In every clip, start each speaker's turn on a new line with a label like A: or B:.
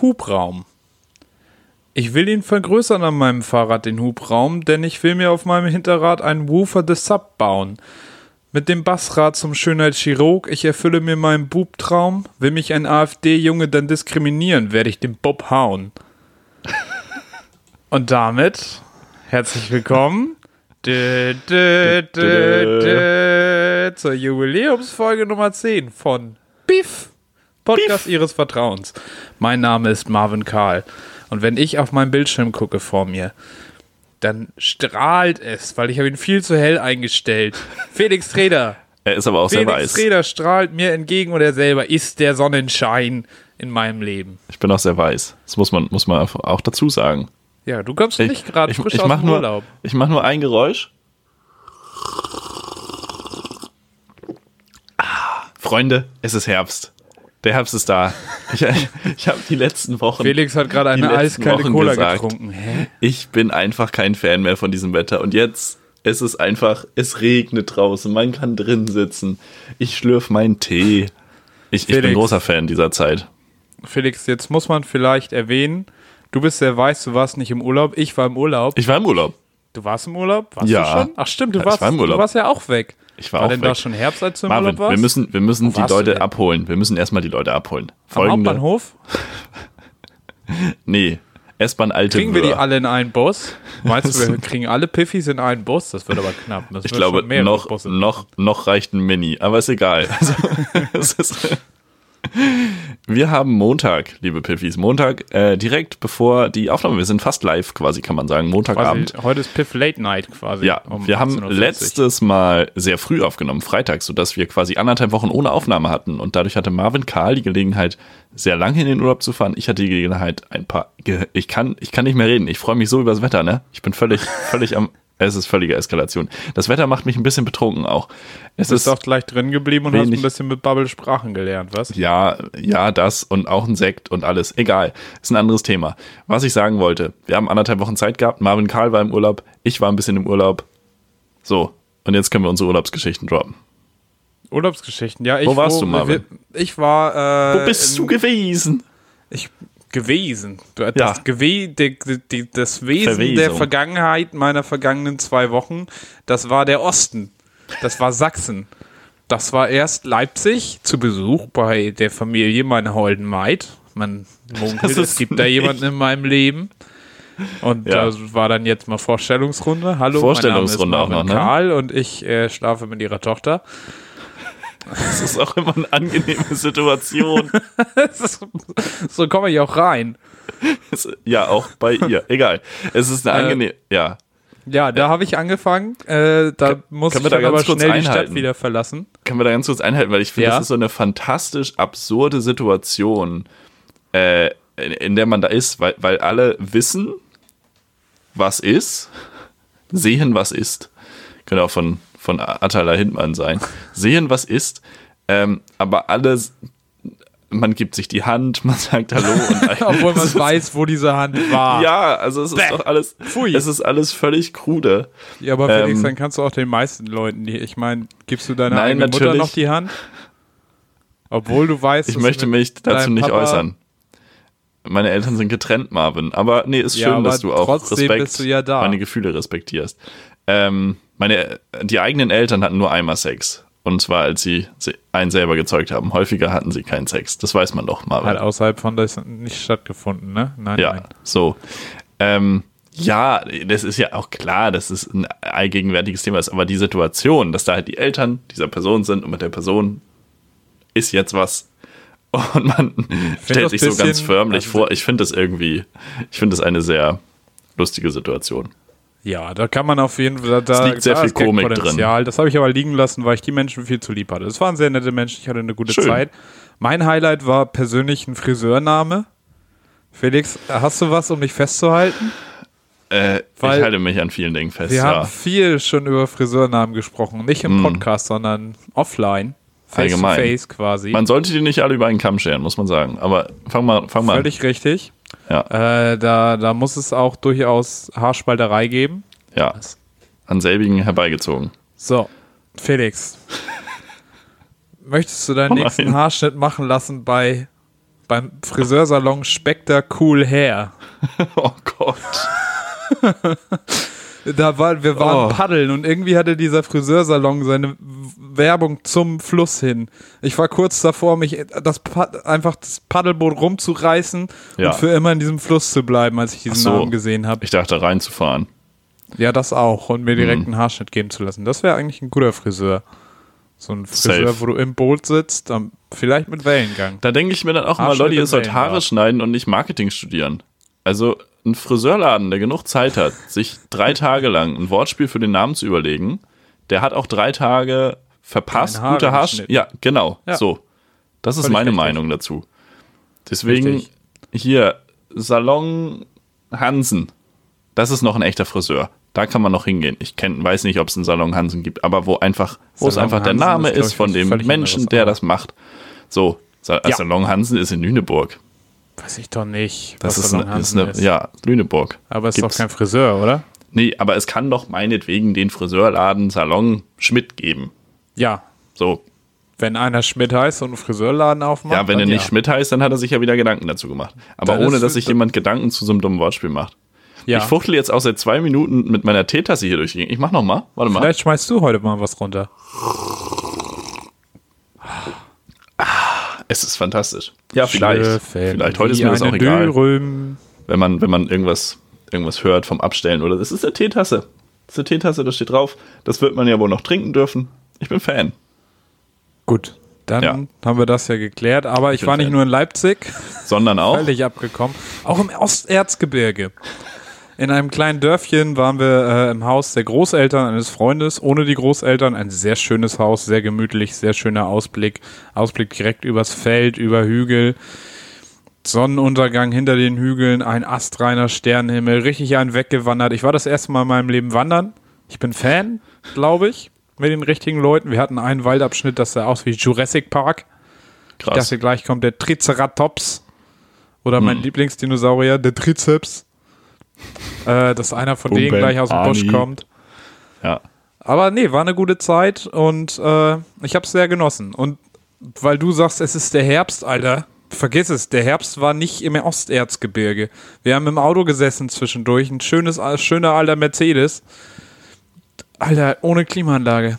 A: Hubraum. Ich will ihn vergrößern an meinem Fahrrad, den Hubraum, denn ich will mir auf meinem Hinterrad einen Woofer des Sub bauen. Mit dem Bassrad zum Schönheitschirurg, ich erfülle mir meinen Bubtraum. Will mich ein AfD-Junge dann diskriminieren, werde ich den Bob hauen. Und damit herzlich willkommen dö, dö, dö, dö, zur Jubiläumsfolge Nummer 10 von Beef, Podcast Ihres Vertrauens. Mein Name ist Marvin Karl. Und wenn ich auf meinen Bildschirm gucke vor mir, dann strahlt es, weil ich habe ihn viel zu hell eingestellt. Felix Treder.
B: Er ist aber auch sehr
A: Felix
B: weiß.
A: Treder strahlt mir entgegen und er selber ist der Sonnenschein in meinem Leben.
B: Ich bin auch sehr weiß. Das muss man, muss man auch dazu sagen.
A: Ja, du kommst
B: Ich,
A: nicht gerade
B: ich,
A: frisch
B: ich
A: aus
B: mach
A: dem
B: nur,
A: Urlaub.
B: ich mach nur ein Geräusch. Ah, Freunde, es ist Herbst. Der Herbst ist da. Ich, ich habe die letzten Wochen.
A: Felix hat gerade
B: die
A: eine
B: letzten
A: eiskalte
B: Wochen
A: Cola
B: gesagt,
A: getrunken. Hä?
B: Ich bin einfach kein Fan mehr von diesem Wetter. Und jetzt ist es einfach, es regnet draußen, man kann drin sitzen. Ich schlürf meinen Tee. Ich, ich bin
A: Felix.
B: großer Fan dieser Zeit.
A: Felix, jetzt muss man vielleicht erwähnen, du bist sehr weiß, du warst nicht im Urlaub. Ich war im Urlaub.
B: Ich war im Urlaub.
A: Du warst im Urlaub? Warst
B: Ja.
A: du schon? Ach stimmt, du
B: Ja, ich
A: warst,
B: war im Urlaub.
A: du warst ja auch weg.
B: Ich war
A: war
B: auch
A: denn
B: weg.
A: da schon Herbst, als du im
B: Marvin,
A: Urlaub warst?
B: wir müssen, wir müssen die
A: warst du
B: Leute
A: denn?
B: abholen. Wir müssen erstmal die Leute abholen.
A: Am
B: Folgende.
A: Hauptbahnhof?
B: Nee, S-Bahn alte
A: Kriegen wir die
B: Möhr.
A: alle in einen Bus? Meinst du, wir kriegen alle Piffis in einen Bus? Das wird aber knapp. Müssen
B: Ich
A: wir
B: glaube,
A: schon mehrere
B: noch,
A: Busse-
B: noch, noch reicht ein Mini, aber ist egal. Also, es ist, wir haben Montag, liebe Piffis, Montag, äh, direkt bevor die Aufnahme, wir sind fast live quasi, kann man sagen,
A: quasi,
B: Montagabend.
A: heute ist Piff Late Night quasi.
B: Ja,
A: um
B: wir haben
A: 18.40.
B: letztes Mal sehr früh aufgenommen, Freitag, sodass wir quasi anderthalb Wochen ohne Aufnahme hatten. Und dadurch hatte Marvin Karl die Gelegenheit, sehr lange in den Urlaub zu fahren. Ich hatte die Gelegenheit, ein paar. Ge ich, kann, ich kann nicht mehr reden. Ich freue mich so über das Wetter, ne? Ich bin völlig, völlig am. Es ist völlige Eskalation. Das Wetter macht mich ein bisschen betrunken auch. Es
A: Du bist
B: ist
A: auch gleich drin geblieben und hast
B: wenig-
A: ein bisschen mit Bubble Sprachen gelernt, was?
B: ja, ja, das und auch ein Sekt und alles. Egal. Ist ein anderes Thema. Was ich sagen wollte, wir haben anderthalb Wochen Zeit gehabt. Marvin Karl war im Urlaub. Ich war ein bisschen im Urlaub. So. Und jetzt können wir unsere Urlaubsgeschichten droppen.
A: Urlaubsgeschichten, ja. Ich,
B: Wo warst du, Marvin?
A: wir- Ich war. Äh,
B: Wo bist
A: in-
B: du gewesen?
A: Ich, gewesen. Das,
B: Ja.
A: Gewe, die, die- die, das Wesen
B: Verwesung.
A: der Vergangenheit meiner vergangenen zwei Wochen, das war der Osten. Das war Sachsen. Das war erst Leipzig zu Besuch bei der Familie meiner holden Maid. Man munkelt,
B: Das
A: es
B: ist
A: gibt da
B: nicht-
A: jemanden in meinem Leben. Und
B: Ja.
A: da war dann jetzt mal Vorstellungsrunde. Hallo,
B: Vorstellungsrunde
A: mein
B: auch
A: Name ist Marvin
B: noch, ne?
A: Karl und ich äh, schlafe mit ihrer Tochter.
B: Das ist auch immer eine angenehme Situation.
A: Das ist, so komme ich auch rein.
B: Es- ja, auch bei ihr. Egal. Es ist eine angenehme. ja.
A: Ja, da habe ich angefangen. Äh, da muss ich
B: können wir da
A: dann
B: ganz
A: aber
B: kurz
A: schnell die
B: einhalten?
A: Stadt wieder verlassen.
B: Können wir da ganz kurz einhalten, weil ich finde,
A: Ja.
B: das ist so eine fantastisch absurde Situation, äh, in, in der man da ist, weil, weil alle wissen, was ist, sehen, was ist. Könnte auch von, von Atala Hindmann sein. Sehen, was ist, ähm, aber alle. Man gibt sich die Hand, man sagt Hallo und
A: Obwohl man weiß, wo diese Hand war. Ja,
B: Ja, also es ist
A: Bäh.
B: doch alles,
A: Pfui.
B: es ist alles völlig krude.
A: aber Felix,
B: ähm,
A: dann kannst du auch den meisten Leuten, die, ich meine, gibst du deiner
B: Nein,
A: eigenen Mutter
B: natürlich.
A: noch die Hand? Obwohl du weißt,
B: Ich
A: dass
B: möchte
A: du mit
B: mich dazu
A: deinem
B: nicht
A: Papa-
B: äußern. Meine Eltern sind getrennt, Marvin. Aber nee, ist
A: Ja,
B: schön,
A: aber
B: dass du auch
A: trotzdem
B: Respekt,
A: bist du ja da.
B: meine Gefühle respektierst. Ähm, meine, die eigenen Eltern hatten nur einmal Sex. Und zwar, als sie se- einen selber gezeugt haben. Häufiger hatten sie keinen Sex. Das weiß man doch, Marvin.
A: Hat halt außerhalb von das nicht stattgefunden, ne? Nein,
B: Ja,
A: nein.
B: so. Ähm, ja, das ist ja auch klar, dass es ein allgegenwärtiges Thema ist, aber die Situation, dass da halt die Eltern dieser Person sind und mit der Person ist jetzt was. Und man stellt
A: das
B: sich so
A: bisschen-
B: ganz förmlich
A: also-
B: vor. Ich finde das irgendwie, ich finde das eine sehr lustige Situation.
A: Ja, da kann man auf jeden Fall. Da,
B: Es liegt sehr
A: da
B: viel
A: ist kein
B: Komik
A: Potenzial. Das habe ich aber liegen lassen, weil ich die Menschen viel zu lieb hatte. Es waren sehr nette Menschen, ich hatte eine gute
B: Schön.
A: Zeit. Mein Highlight war persönlich ein Friseurname. Felix, hast du was, um dich festzuhalten?
B: Äh,
A: Weil-
B: ich halte mich an vielen Dingen fest.
A: Wir haben
B: Ja. Mhm.
A: viel schon über Friseurnamen gesprochen. Nicht im Podcast, sondern offline. Face
B: Allgemein.
A: to face quasi.
B: Man sollte die nicht alle über einen Kamm scheren, muss man sagen. Aber fang mal, fang mal an.
A: Völlig richtig.
B: Ja,
A: Äh, da, da muss es auch durchaus Haarspalterei geben.
B: ja. An selbigen herbeigezogen.
A: So, Felix. Möchtest du deinen
B: Oh nein.
A: nächsten Haarschnitt machen lassen bei beim Friseursalon Specter Cool Hair.
B: Oh Gott.
A: Da war, wir waren
B: Oh.
A: paddeln und irgendwie hatte dieser Friseursalon seine Werbung zum Fluss hin. Ich war kurz davor, mich das Pad einfach das Paddelboot rumzureißen
B: Ja.
A: und für immer in diesem Fluss zu bleiben, als ich diesen
B: so.
A: Namen gesehen habe.
B: Ich dachte reinzufahren.
A: Ja, das auch. Und mir
B: Mhm.
A: direkt einen Haarschnitt geben zu lassen. Das wäre eigentlich ein guter Friseur. So ein
B: Safe.
A: Friseur, wo du im Boot sitzt, am- vielleicht mit Wellengang.
B: Da denke ich mir dann auch mal, Leute,
A: Haarschnitt
B: ihr
A: im
B: sollt
A: Wellenbad.
B: Haare schneiden und nicht Marketing studieren. Also ein Friseurladen, der genug Zeit hat, sich drei Tage lang ein Wortspiel für den Namen zu überlegen, der hat auch drei Tage verpasst,
A: Keine Haare
B: gute Haarschnitt.
A: geschnitten.
B: Ja, genau.
A: Ja.
B: So. Das ist
A: Völlig
B: meine
A: richtig.
B: Meinung dazu. Deswegen
A: Richtig.
B: hier, Salon Hansen. Das ist noch ein echter Friseur. Da kann man noch hingehen. Ich kenn, weiß nicht, ob es einen Salon Hansen gibt, aber wo einfach, wo es
A: Salon
B: einfach der
A: Hansen
B: Name
A: ist, glaub
B: ist
A: ich,
B: von
A: was
B: dem
A: völlig
B: Menschen,
A: anderes,
B: der
A: aber-
B: das macht. So, Sa
A: Ja.
B: Salon Hansen ist in Lüneburg.
A: Weiß ich doch nicht.
B: Das
A: was
B: ist,
A: Salon
B: eine, ist
A: Hansen
B: eine, ja, Lüneburg.
A: Aber ist doch
B: Gibt's-
A: kein Friseur, oder?
B: Nee, aber es kann doch meinetwegen den Friseurladen Salon Schmidt geben.
A: Ja.
B: So,
A: Wenn einer Schmidt heißt und einen Friseurladen aufmacht.
B: ja, wenn er
A: dann
B: nicht Schmidt heißt, dann hat er sich ja wieder Gedanken dazu gemacht. Aber
A: Dann
B: ohne,
A: ist-
B: dass sich jemand Gedanken zu so einem dummen Wortspiel macht.
A: ja.
B: Ich fuchtel jetzt auch seit zwei Minuten mit meiner Teetasse hier durch. die Gegend. Ich mach noch mal. Warte mal.
A: Vielleicht schmeißt du heute mal was runter.
B: Es ist fantastisch. Ja, vielleicht.
A: Schlürfen
B: Vielleicht. Heute ist
A: wie
B: mir das
A: eine
B: auch egal.
A: Dürüm.
B: Wenn man, wenn man irgendwas, irgendwas hört vom Abstellen oder das ist eine Teetasse. Das ist eine Teetasse, da steht drauf. Das wird man ja wohl noch trinken dürfen. Ich bin Fan.
A: Gut. Dann
B: Ja.
A: haben wir das ja geklärt. Aber ich
B: bin
A: war nicht
B: Fan.
A: nur in Leipzig.
B: Sondern auch.
A: völlig abgekommen. Auch im Osterzgebirge. In einem kleinen Dörfchen waren wir äh, im Haus der Großeltern eines Freundes, ohne die Großeltern. Ein sehr schönes Haus, sehr gemütlich, sehr schöner Ausblick. Ausblick direkt übers Feld, über Hügel. Sonnenuntergang hinter den Hügeln, ein astreiner Sternenhimmel, richtig ein weggewandert. Ich war das erste Mal in meinem Leben wandern. Ich bin Fan, glaube ich, mit den richtigen Leuten. Wir hatten einen Waldabschnitt, das sah aus wie Jurassic Park. Ich
B: Krass.
A: dachte gleich kommt der Triceratops oder
B: Hm.
A: mein Lieblingsdinosaurier, der Trizeps. Äh, dass einer von
B: Bum,
A: denen
B: bam,
A: gleich aus dem Busch
B: Ani.
A: kommt.
B: Ja.
A: Aber nee, war eine gute Zeit und äh, ich habe es sehr genossen. Und weil du sagst, es ist der Herbst, Alter, vergiss es, der Herbst war nicht im Osterzgebirge. Wir haben im Auto gesessen zwischendurch, ein schönes, äh, schöner alter Mercedes. Alter, ohne Klimaanlage.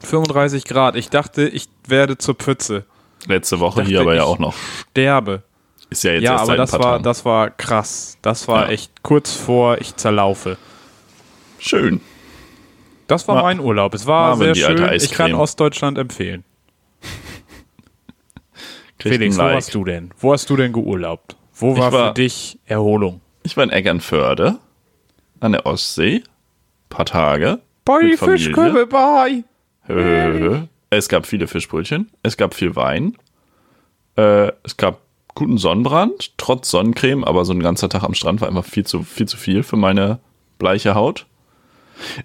A: 35 Grad. Ich dachte, ich werde zur Pfütze.
B: Letzte Woche
A: dachte,
B: hier aber ja
A: ich-
B: auch noch.
A: Derbe.
B: Ist ja jetzt
A: Ja,
B: erst
A: aber
B: seit
A: das
B: ein paar
A: war,
B: Tagen.
A: das war krass. Das war
B: Ja.
A: echt kurz vor ich zerlaufe.
B: Schön.
A: Das war
B: Ma-
A: mein Urlaub. Es war
B: Marvin,
A: sehr
B: die alte
A: schön. Ich kann
B: Eiscreme.
A: Ostdeutschland empfehlen.
B: Kriegt
A: Felix,
B: ein
A: wo
B: like.
A: warst du denn? Wo hast du denn geurlaubt? Wo war,
B: war-
A: für dich Erholung?
B: Ich war in Eckernförde an der Ostsee. paar Tage.
A: Bei
B: Mit Familie. Fischköppe,
A: bei.
B: Äh, Es gab viele Fischbrötchen, es gab viel Wein, äh, es gab guten Sonnenbrand, trotz Sonnencreme, aber so ein ganzer Tag am Strand war einfach viel zu viel, zu viel für meine bleiche Haut.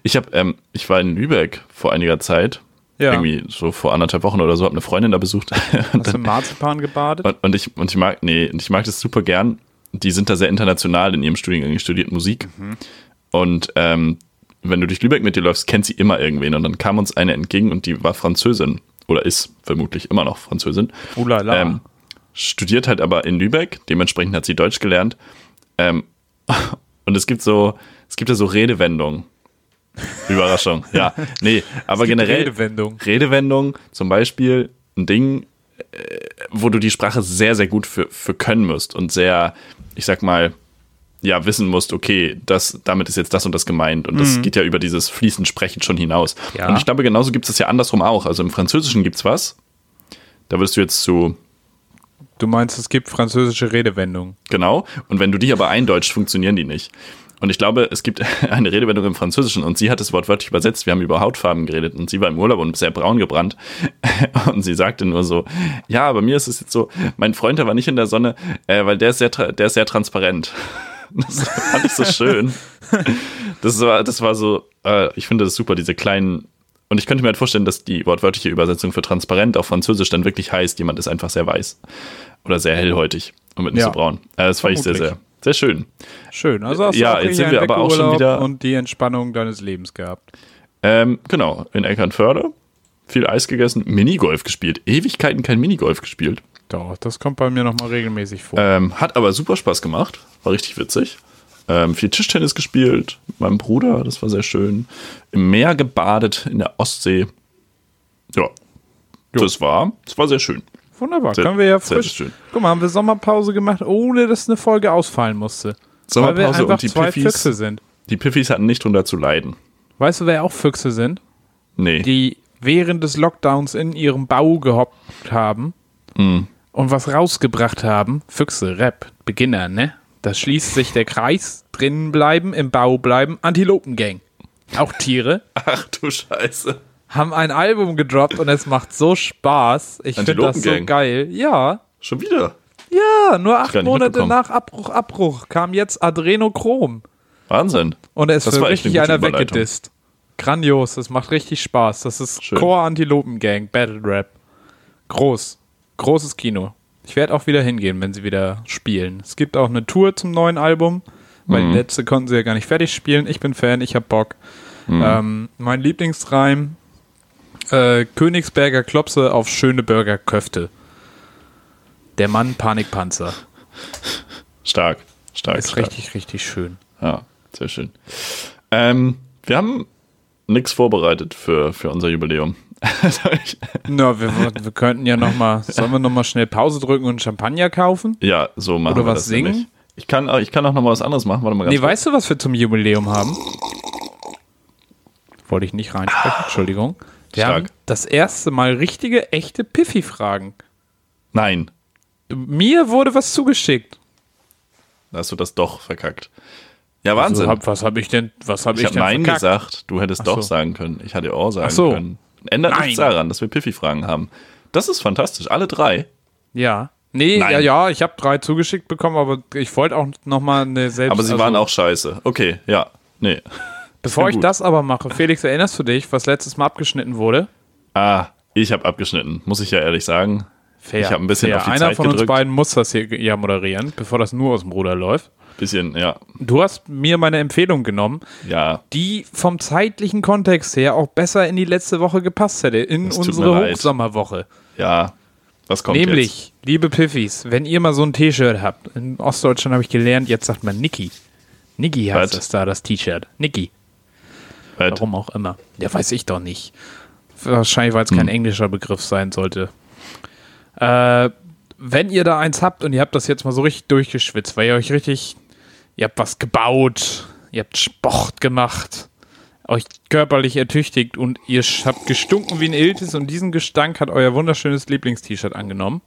B: Ich habe, ähm, ich war in Lübeck vor einiger Zeit,
A: Ja.
B: irgendwie so vor anderthalb Wochen oder so, habe eine Freundin da besucht. Und
A: Hast du Marzipan gebadet?
B: und, und ich und ich mag nee und ich mag das super gern. Die sind da sehr international in ihrem Studiengang. Die studiert Musik und ähm, wenn du durch Lübeck mit dir läufst, kennt sie immer irgendwen. Und dann kam uns eine entgegen und die war Französin oder ist vermutlich immer noch Französin.
A: Ulala.
B: Ähm, studiert halt aber in Lübeck. Dementsprechend hat sie Deutsch gelernt. Ähm, und es gibt so es gibt da so Redewendungen. Überraschung, ja. Nee, aber generell.
A: Redewendung.
B: Redewendung, zum Beispiel ein Ding, äh, wo du die Sprache sehr, sehr gut für, für können musst und sehr, ich sag mal, ja, wissen musst, okay, das, damit ist jetzt das und das gemeint. Und das geht ja über dieses fließend Sprechen schon hinaus.
A: Ja.
B: Und ich glaube, genauso gibt es das ja andersrum auch. Also im Französischen gibt es was. Da würdest du jetzt zu,
A: Du meinst, es gibt französische Redewendungen.
B: genau. Und wenn du die aber eindeutscht, funktionieren die nicht. Und ich glaube, es gibt eine Redewendung im Französischen und sie hat es wortwörtlich übersetzt. Wir haben über Hautfarben geredet und sie war im Urlaub und sehr braun gebrannt. Und sie sagte nur so, ja, bei mir ist es jetzt so, mein Freund, der war nicht in der Sonne, äh, weil der ist sehr, tra- der ist sehr transparent. Das fand ich so schön. Das war, das war so, äh, ich finde das super, diese kleinen. Und ich könnte mir halt vorstellen, dass die wortwörtliche Übersetzung für transparent auf Französisch dann wirklich heißt, jemand ist einfach sehr weiß oder sehr hellhäutig und mit nicht
A: Ja.
B: so braun. Äh, das fand ich sehr, sehr,
A: Vermutlich.
B: sehr schön.
A: Schön. Also hast
B: Ja,
A: du auch
B: jetzt
A: hier
B: sind wir
A: einen
B: aber auch schon
A: Wegurlaub
B: wieder-
A: und die Entspannung deines Lebens gehabt.
B: Ähm, genau, in Eckernförde. Viel Eis gegessen, Minigolf gespielt. Ewigkeiten kein Minigolf gespielt.
A: auch. Das kommt bei mir nochmal regelmäßig vor.
B: Ähm, hat aber super Spaß gemacht. War richtig witzig. Ähm, viel Tischtennis gespielt mit meinem Bruder. Das war sehr schön. Im Meer gebadet in der Ostsee. Ja. Das war, das war sehr schön.
A: Wunderbar.
B: sehr-
A: Können wir ja
B: sehr
A: frisch.
B: schön.
A: Guck mal, haben wir Sommerpause gemacht, ohne dass eine Folge ausfallen musste. weil wir
B: Sommerpause
A: einfach
B: und die
A: zwei Füchse
B: Piffis.
A: sind.
B: Die Piffis hatten nicht drunter zu leiden.
A: Weißt du, wer auch Füchse sind?
B: Nee.
A: Die während des Lockdowns in ihrem Bau gehoppt haben
B: Mhm.
A: und was rausgebracht haben. Füchse, Rap, Beginner, ne? Da schließt sich der Kreis. Drinnen bleiben, im Bau bleiben. Antilopengang. Auch Tiere.
B: Ach du Scheiße.
A: haben ein Album gedroppt und es macht so Spaß. Ich finde das so
B: Antilopengang.
A: geil. Ja,
B: Schon wieder.
A: ja, nur
B: gar
A: acht
B: nicht
A: Monate
B: mitbekommen.
A: nach Abbruch, Abbruch kam jetzt Adrenochrom.
B: Wahnsinn.
A: Und er ist
B: Das
A: für
B: war echt
A: richtig
B: eine gute
A: einer
B: Überleitung.
A: weggedisst. Grandios, das macht richtig Spaß. Das ist
B: Schön.
A: Core Antilopen Gang, Battle Rap. Groß. Großes Kino. Ich werde auch wieder hingehen, wenn sie wieder spielen. Es gibt auch eine Tour zum neuen Album, weil
B: Mhm.
A: die letzte konnten sie ja gar nicht fertig spielen. Ich bin Fan, ich hab Bock.
B: Mhm.
A: Ähm, mein Lieblingsreim: äh, Königsberger Klopse auf Schöneberger Köfte. Der Mann Panikpanzer.
B: Stark. Stark.
A: Ist
B: stark.
A: richtig, richtig schön.
B: Ja, sehr schön. Ähm, wir haben nichts vorbereitet für, für unser Jubiläum.
A: Na, wir, wir könnten ja nochmal, sollen wir nochmal schnell Pause drücken und Champagner kaufen?
B: ja, so machen
A: Oder
B: wir
A: was
B: das
A: singen?
B: nämlich. Ich kann, auch- ich kann auch noch mal was anderes machen. Warte mal ganz
A: Nee, weißt du, was wir zum Jubiläum haben? Wollte ich nicht reinsprechen, Entschuldigung. Wir
B: Stark.
A: haben das erste Mal richtige, echte Piffy-Fragen.
B: Nein,
A: Mir wurde was zugeschickt.
B: da hast du das doch verkackt. Ja, Wahnsinn.
A: So, Also hab, was habe ich denn, was habe
B: ich
A: ich,
B: habe
A: denn
B: Nein
A: verkackt?
B: gesagt. Du hättest
A: so.
B: doch sagen können. Ich hatte auch sagen
A: so.
B: können. Ändert nichts
A: Nein.
B: daran, dass wir Piffy-Fragen haben. Das ist fantastisch. Alle drei.
A: Ja. Nee,
B: Nein.
A: ja, ja, ich habe drei zugeschickt bekommen, aber ich wollte auch nochmal eine selbst...
B: Aber sie
A: also-
B: waren auch scheiße. Okay, ja. Nee.
A: Bevor
B: Ja,
A: ich
B: gut.
A: das aber mache, Felix, erinnerst du dich, was letztes Mal abgeschnitten wurde?
B: Ah, ich habe abgeschnitten, muss ich ja ehrlich sagen.
A: Fair.
B: Ich hab ein bisschen
A: fair.
B: auf die
A: Einer
B: Zeit
A: von uns
B: gedrückt.
A: beiden muss das hier ja moderieren, bevor das nur aus dem Ruder läuft.
B: Bisschen, ja.
A: Du hast mir meine Empfehlung genommen,
B: Ja,
A: die vom zeitlichen Kontext her auch besser in die letzte Woche gepasst hätte, in
B: Das tut mir
A: unsere
B: leid.
A: Hochsommerwoche.
B: ja. Was kommt jetzt?
A: Nämlich, liebe Piffis, wenn ihr mal so ein T-Shirt habt, in Ostdeutschland habe ich gelernt, jetzt sagt man Niki. Niki heißt
B: Was?
A: das da, das T-Shirt. Niki,
B: Weit.
A: warum auch immer. Hm. Ja, weiß ich doch nicht. Wahrscheinlich, weil es kein englischer Begriff sein sollte. Äh, wenn ihr da eins habt und ihr habt das jetzt mal so richtig durchgeschwitzt, weil ihr euch richtig, ihr habt was gebaut, ihr habt Sport gemacht, euch körperlich ertüchtigt und ihr sch- habt gestunken wie ein Iltis und diesen Gestank hat euer wunderschönes Lieblingst-T-Shirt angenommen,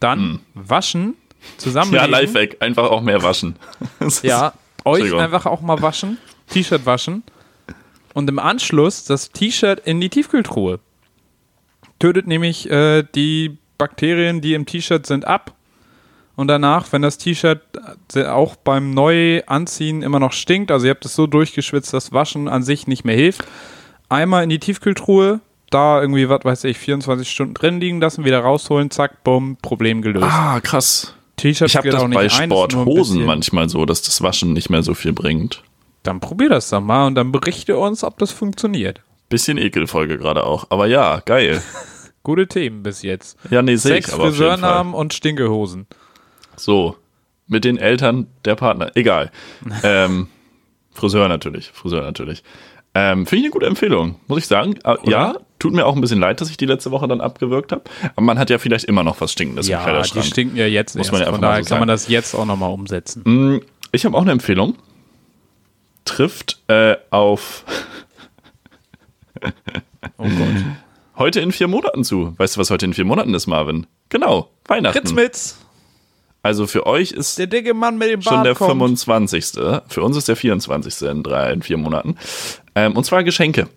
A: dann waschen,
B: Ja,
A: zusammenlegen,
B: Lifehack, einfach auch mehr waschen. Das ist-
A: ja, euch
B: Entschuldigung.
A: einfach auch mal waschen, T-Shirt waschen und im Anschluss das T-Shirt in die Tiefkühltruhe. Tötet nämlich äh, die Bakterien, die im T-Shirt sind, ab. Und danach, wenn das T-Shirt äh, auch beim Neuanziehen immer noch stinkt, also ihr habt es so durchgeschwitzt, dass Waschen an sich nicht mehr hilft, einmal in die Tiefkühltruhe, da irgendwie, was weiß ich, 24 Stunden drin liegen lassen, wieder rausholen, zack, bumm, Problem gelöst.
B: Ah, krass.
A: T-Shirt
B: Ich habe
A: geht
B: das
A: auch nicht
B: bei
A: ein, ist nur ein
B: Sporthosen
A: bisschen-
B: manchmal so, dass das Waschen nicht mehr so viel bringt.
A: Dann probier das doch mal und dann berichte uns, ob das funktioniert.
B: Bisschen Ekelfolge gerade auch. Aber ja, geil.
A: Gute Themen bis jetzt.
B: Ja, nee, sehe
A: Sex,
B: ich aber auf jeden Fall.
A: Friseurnamen und Stinkehosen.
B: So. Mit den Eltern der Partner. Egal. Ähm, Friseur natürlich. Friseur natürlich. Ähm, Finde ich eine gute Empfehlung, muss ich sagen. Ah, Ja, tut mir auch ein bisschen leid, dass ich die letzte Woche dann abgewirkt habe. Aber man hat ja vielleicht immer noch was Stinkendes im
A: Ja, die
B: Kleiderschrank.
A: stinken ja jetzt
B: Muss
A: erst.
B: man ja
A: Von
B: einfach mal
A: daher
B: so
A: kann man
B: sagen. Mhm.
A: das jetzt auch nochmal umsetzen.
B: Ich habe auch eine Empfehlung. Trifft äh, auf
A: Oh Gott.
B: heute in vier Monaten zu. Weißt du, was heute in vier Monaten ist, Marvin? Genau, Weihnachten.
A: Ritzmitz,
B: Also für euch ist
A: der dicke Mann mit dem Bart
B: schon der
A: kommt.
B: 25. Für uns ist der 24. in drei, in vier Monaten. Ähm, und zwar Geschenke.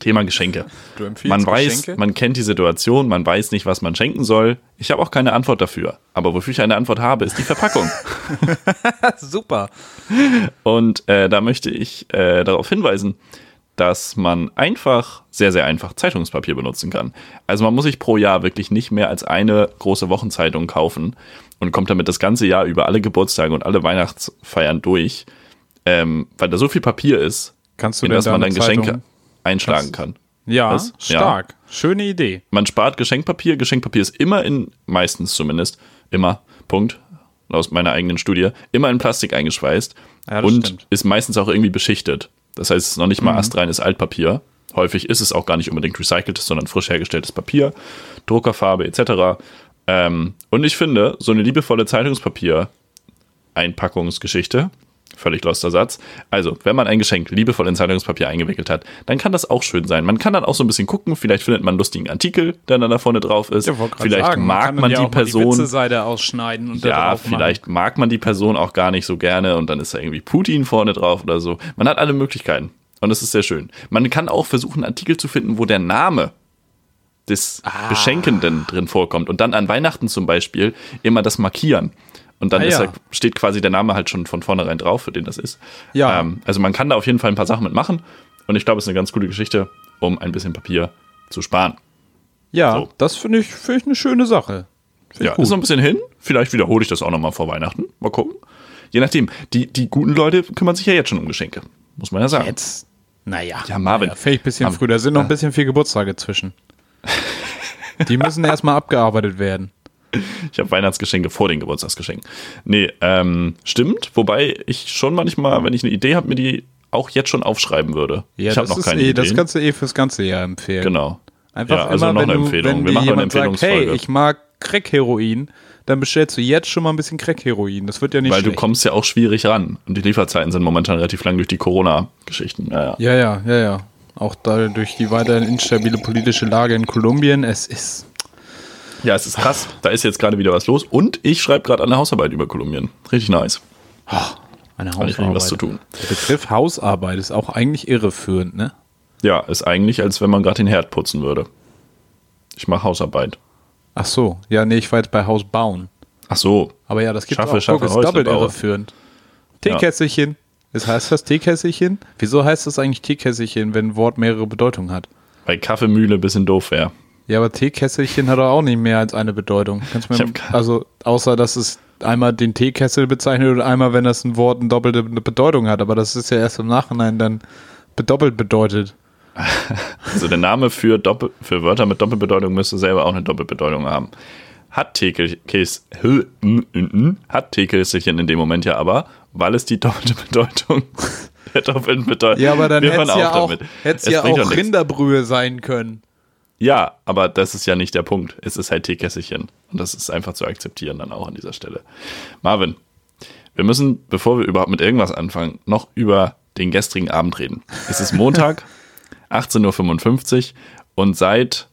B: Thema Geschenke.
A: Du empfiehlst
B: Man weiß,
A: Geschenke?
B: man kennt die Situation, man weiß nicht, was man schenken soll. Ich habe auch keine Antwort dafür. Aber wofür ich eine Antwort habe, ist die Verpackung.
A: Super.
B: Und äh, da möchte ich äh, darauf hinweisen, dass man einfach, sehr, sehr einfach Zeitungspapier benutzen kann. Also man muss sich pro Jahr wirklich nicht mehr als eine große Wochenzeitung kaufen und kommt damit das ganze Jahr über alle Geburtstage und alle Weihnachtsfeiern durch, ähm, weil da so viel Papier ist,
A: Kannst du
B: in
A: denn
B: das man
A: deine
B: dann Geschenke
A: Zeitung-
B: einschlagen kann.
A: Ja,
B: Was? Hm? Ja.
A: stark. Schöne Idee.
B: Man spart Geschenkpapier. Geschenkpapier ist immer in, meistens zumindest, immer, Punkt, aus meiner eigenen Studie, immer in Plastik eingeschweißt
A: Ja, das
B: und
A: stimmt. Mhm.
B: ist meistens auch irgendwie beschichtet. Das heißt, es ist noch nicht mal astreines Altpapier. Häufig ist es auch gar nicht unbedingt recyceltes, sondern frisch hergestelltes Papier, Druckerfarbe etc. Ähm, und ich finde, so eine liebevolle Zeitungspapier Einpackungsgeschichte. Völlig loster Satz. Also, wenn man ein Geschenk liebevoll in Zeitungspapier eingewickelt hat, dann kann das auch schön sein. Man kann dann auch so ein bisschen gucken, vielleicht findet man einen lustigen Artikel, der dann da vorne drauf ist.
A: Ich wollte grad
B: vielleicht
A: sagen,
B: mag
A: kann
B: man
A: ja
B: die
A: auch mal Die
B: Person.
A: Witzeseite ausschneiden und da
B: ja,
A: drauf machen.
B: vielleicht mag man die Person auch gar nicht so gerne und dann ist da irgendwie Putin vorne drauf oder so. Man hat alle Möglichkeiten und das ist sehr schön. Man kann auch versuchen, einen Artikel zu finden, wo der Name des
A: Ah.
B: Beschenkenden drin vorkommt und dann an Weihnachten zum Beispiel immer das markieren. Und dann
A: Ah,
B: ist
A: ja.
B: da, steht quasi der Name halt schon von vornherein drauf, für den das ist.
A: Ja.
B: Ähm, also man kann da auf jeden Fall ein paar Sachen mitmachen und ich glaube, es ist eine ganz coole Geschichte, um ein bisschen Papier zu sparen.
A: Ja,
B: So.
A: das finde ich, finde ich eine schöne Sache. Finde
B: Ja,
A: ich gut.
B: ist noch ein bisschen hin. Vielleicht wiederhole ich das auch nochmal vor Weihnachten. Mal gucken. Je nachdem. Die, die guten Leute kümmern sich ja jetzt schon um Geschenke. Muss man ja sagen.
A: Jetzt, naja.
B: Ja, Marvin.
A: Ja, Vielleicht ein bisschen
B: Marvin.
A: früh. Da sind noch ein bisschen viel Geburtstage zwischen. Die müssen erstmal abgearbeitet werden.
B: Ich habe Weihnachtsgeschenke vor den Geburtstagsgeschenken. Nee, ähm, stimmt. Wobei ich schon manchmal, wenn ich eine Idee habe, mir die auch jetzt schon aufschreiben würde.
A: Ja,
B: ich habe
A: das,
B: noch
A: ist
B: keine
A: eh,
B: Ideen.
A: das kannst du eh fürs ganze Jahr empfehlen.
B: genau.
A: Einfach
B: ja,
A: immer,
B: also noch
A: wenn
B: eine
A: du,
B: Empfehlung.
A: Wenn
B: Wir
A: dir
B: machen eine
A: jemand sagt, hey,
B: Empfehlungsfolge.
A: ich mag Crack-Heroin, dann bestellst du jetzt schon mal ein bisschen Crack-Heroin. Das wird ja nicht
B: weil du
A: schlecht.
B: kommst ja auch schwierig ran. Und die Lieferzeiten sind momentan relativ lang durch die Corona-Geschichten. Ja, ja.
A: Ja, ja, ja, ja. Auch da durch die weiterhin instabile politische Lage in Kolumbien, es ist.
B: ja, es ist krass. Da ist jetzt gerade wieder was los. Und ich schreibe gerade eine Hausarbeit über Kolumbien. Richtig nice.
A: Eine
B: ich richtig was zu tun.
A: Der Begriff Hausarbeit ist auch eigentlich irreführend, ne?
B: Ja, ist eigentlich, als wenn man gerade den Herd putzen würde. Ich mache Hausarbeit.
A: Ach so, ja, nee, ich war jetzt bei Haus bauen.
B: Ach so.
A: Aber ja, das gibt
B: Schaffe,
A: auch
B: schaffe,
A: Guck, ist
B: Häusle
A: doppelt
B: baue.
A: irreführend. Teekesselchen. Es heißt das Teekesselchen? Wieso heißt das eigentlich Teekesselchen, wenn ein Wort mehrere Bedeutungen hat?
B: Weil Kaffeemühle ein bisschen doof wäre.
A: Ja, aber Teekesselchen hat doch auch nicht mehr als eine Bedeutung. Kannst du
B: Ich
A: mir,
B: hab keine-
A: also außer dass es einmal den Teekessel bezeichnet und einmal, wenn das ein Wort eine doppelte Bedeutung hat, aber das ist ja erst im Nachhinein dann bedoppelt bedeutet.
B: Also der Name für, Doppel, für Wörter mit Doppelbedeutung müsste selber auch eine Doppelbedeutung haben. Hat Tekelkäs, hat Tekelkäschen in dem Moment ja aber, weil es die doppelte Bedeutung der doppelten Bedeutung.
A: Ja, aber dann
B: Wir hören
A: hätte es ja
B: auf
A: auch,
B: damit.
A: hätt's
B: Es
A: ja
B: bringt
A: auch
B: doch nichts.
A: Rinderbrühe sein können.
B: Ja, aber das ist ja nicht der Punkt. Es ist halt Teekesselchen. Und das ist einfach zu akzeptieren dann auch an dieser Stelle. Marvin, wir müssen, bevor wir überhaupt mit irgendwas anfangen, noch über den gestrigen Abend reden. Es ist Montag, 18.55 Uhr und seit,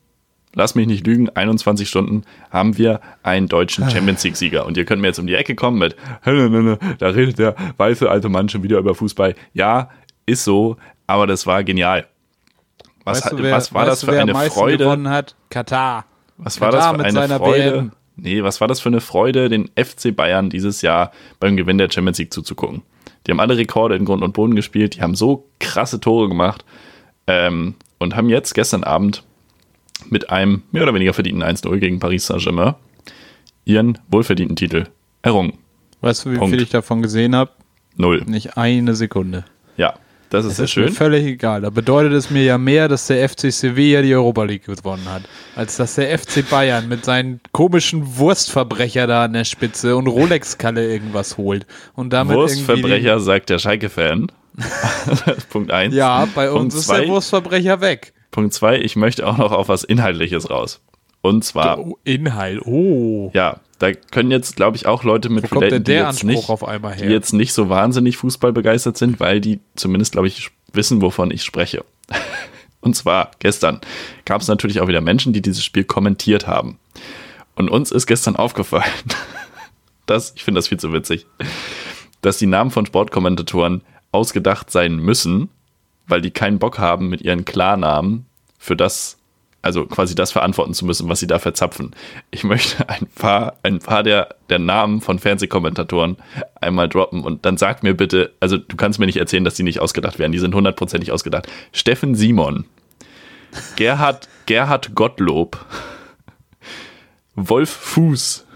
B: lass mich nicht lügen, 21 Stunden haben wir einen deutschen
A: Ah.
B: Champions League-Sieger. Und ihr könnt mir jetzt um die Ecke kommen mit, ne, da redet der weiße alte Mann schon wieder über Fußball. Ja, ist so, aber das war genial. Was,
A: Weißt du,
B: hat-
A: wer,
B: was war
A: weißt
B: das
A: du,
B: für
A: wer
B: eine
A: am meisten
B: Freude?
A: gewonnen hat? Katar.
B: Was war das
A: Katar
B: für
A: mit
B: eine
A: seiner
B: Freude?
A: WM.
B: Nee, was war das für eine Freude, den FC Bayern dieses Jahr beim Gewinn der Champions League zuzugucken? Die haben alle Rekorde in Grund und Boden gespielt, die haben so krasse Tore gemacht ähm, und haben jetzt gestern Abend mit einem mehr oder weniger verdienten 1-0 gegen Paris Saint-Germain ihren wohlverdienten Titel errungen.
A: Weißt du, wie
B: Punkt.
A: viel ich davon gesehen habe?
B: Null.
A: Nicht eine Sekunde.
B: Ja, das ist sehr
A: Ist mir
B: schön.
A: völlig egal. Da bedeutet es mir ja mehr, dass der FC Sevilla die Europa League gewonnen hat, als dass der FC Bayern mit seinen komischen Wurstverbrecher da an der Spitze und Rolex-Kalle irgendwas holt. Und damit irgendwie
B: Wurstverbrecher, sagt der Schalke-Fan. Punkt 1.
A: die- Ja, bei uns ist der
B: zwei.
A: Wurstverbrecher weg.
B: Punkt 2, ich möchte auch noch auf was Inhaltliches raus. Und zwar
A: Oh, Inhalt. Oh.
B: Ah. Ja, da können jetzt, glaube ich, auch Leute mit
A: Wo kommt denn
B: relaten, die
A: der
B: jetzt,
A: Anspruch
B: nicht,
A: auf einmal
B: die
A: her?
B: jetzt nicht so wahnsinnig Fußball begeistert sind, weil die zumindest, glaube ich, wissen, wovon ich spreche. Und zwar gestern gab es natürlich auch wieder Menschen, die dieses Spiel kommentiert haben. Und uns ist gestern aufgefallen, dass, ich finde das viel zu witzig, dass die Namen von Sportkommentatoren ausgedacht sein müssen, weil die keinen Bock haben, mit ihren Klarnamen für das, also quasi das verantworten zu müssen, was sie da verzapfen. Ich möchte ein paar, ein paar der, der Namen von Fernsehkommentatoren einmal droppen und dann sag mir bitte, also du kannst mir nicht erzählen, dass die nicht ausgedacht werden, die sind hundertprozentig ausgedacht. Steffen Simon, Gerhard, Gerhard Gottlob, Wolf Fuß,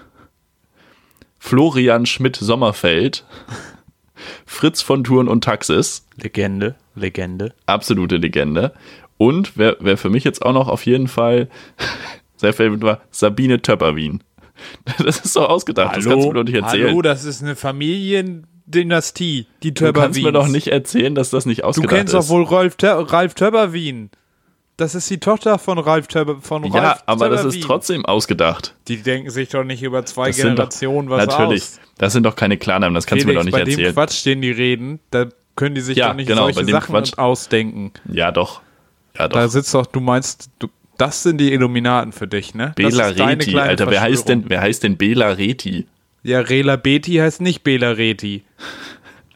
B: Florian Schmidt-Sommerfeld, Fritz von Touren und Taxis
C: Legende, Legende.
B: absolute Legende. Und wer, wer für mich jetzt auch noch auf jeden Fall sehr verliebt war, Sabine Töpperwien. Das ist so ausgedacht, das kannst du mir doch nicht erzählen.
A: hallo, das ist eine Familiendynastie, die
B: du kannst
A: Töpperwien.
B: mir doch nicht erzählen, dass das nicht
A: Du
B: ausgedacht
A: kennst doch
B: ist.
A: wohl Rolf, Tö Ralf Töpperwien. Das ist die Tochter von Ralf Töpper von
B: ja,
A: Ralf
B: aber das ist
A: Töpperwien.
B: trotzdem ausgedacht.
A: Die denken sich doch nicht über zwei
B: Das sind doch,
A: Generationen was
B: natürlich,
A: aus.
B: das sind doch keine Klarnamen, das kannst du mir doch
A: Felix,
B: nicht
A: bei dem
B: erzählen.
A: Quatsch, den die reden, da können die sich
B: Ja,
A: doch nicht
B: genau, bei
A: solche
B: dem
A: Sachen
B: Quatsch.
A: ausdenken.
B: Ja, doch. Ja, doch.
A: Da sitzt doch, du meinst, du, das sind die Illuminaten für dich, ne?
B: Bela
A: das ist deine
B: Reti,
A: kleine
B: Alter, wer heißt
A: Verschwörung.
B: denn, wer heißt denn Bela Reti?
A: Ja, Rela Beti heißt nicht Bela Reti.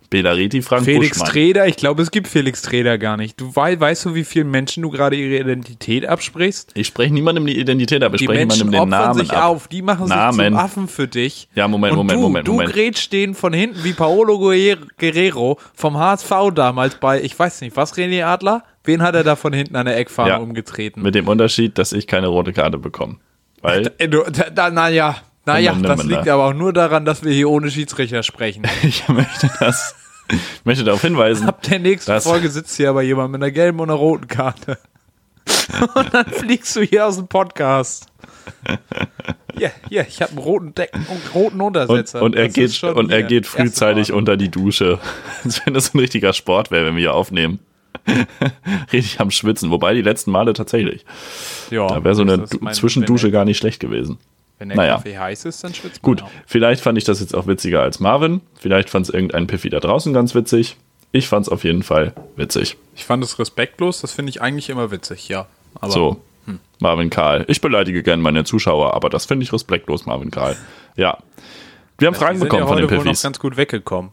B: Bela Reti, Frank
A: Felix
B: Buschmann.
A: Treder, ich glaube, es gibt Felix Treder gar nicht. Du wei weißt du, wie vielen Menschen du gerade ihre Identität absprichst?
B: Ich spreche niemandem die Identität ab, ich
A: Die
B: spreche
A: Menschen
B: niemandem
A: opfern
B: den Namen
A: sich
B: ab.
A: auf, die machen sich
B: Namen.
A: zum Affen für dich.
B: Ja, Moment,
A: Und
B: Moment,
A: du,
B: Moment,
A: du
B: Moment.
A: grätscht denen von hinten wie Paolo Guer- Guerrero vom HSV damals bei, ich weiß nicht, was René Adler? Wen hat er da von hinten an der Eckfahne
B: Ja.
A: umgetreten?
B: Mit dem Unterschied, dass ich keine rote Karte bekomme. Weil
A: Äh, du, da, da, naja, naja,
B: Nimm mal,
A: das
B: nimm mal.
A: liegt aber auch nur daran, dass wir hier ohne Schiedsrichter sprechen.
B: ich möchte das, möchte darauf hinweisen,
A: Ab der nächsten
B: Das-
A: Folge sitzt hier aber jemand mit einer gelben und einer roten Karte. Und dann fliegst du hier aus dem Podcast. Ja, ja, ich habe einen roten Decken und roten
B: und,
A: Untersetzer.
B: und er
A: Das ist
B: geht,
A: schon
B: und er
A: hier.
B: geht frühzeitig
A: Erste
B: unter die Dusche. Als wenn das ein richtiger Sport wäre, wenn wir hier aufnehmen. Richtig am Schwitzen. Wobei die letzten Male tatsächlich.
A: Warnung. Ja,
B: Da wäre so
A: das
B: eine
A: ist
B: Du-
A: mein-
B: Zwischendusche gar nicht schlecht gewesen.
A: Wenn der, wenn der
B: Naja.
A: Kaffee heiß ist, dann schwitzt man
B: Gut,
A: auch.
B: vielleicht fand ich das jetzt auch witziger als Marvin. Vielleicht fand es irgendein Piffy da draußen ganz witzig. Ich fand es auf jeden Fall witzig.
A: Ich fand es respektlos, das finde ich eigentlich immer witzig, ja. Aber
B: So, Hm. Marvin Karl. Ich beleidige gerne meine Zuschauer, aber das finde ich respektlos, Marvin Karl. Ja. Wir haben
A: Also,
B: Fragen
A: die sind
B: bekommen
A: ja
B: von
A: heute
B: den
A: wohl noch
B: Piffys.
A: ganz gut weggekommen.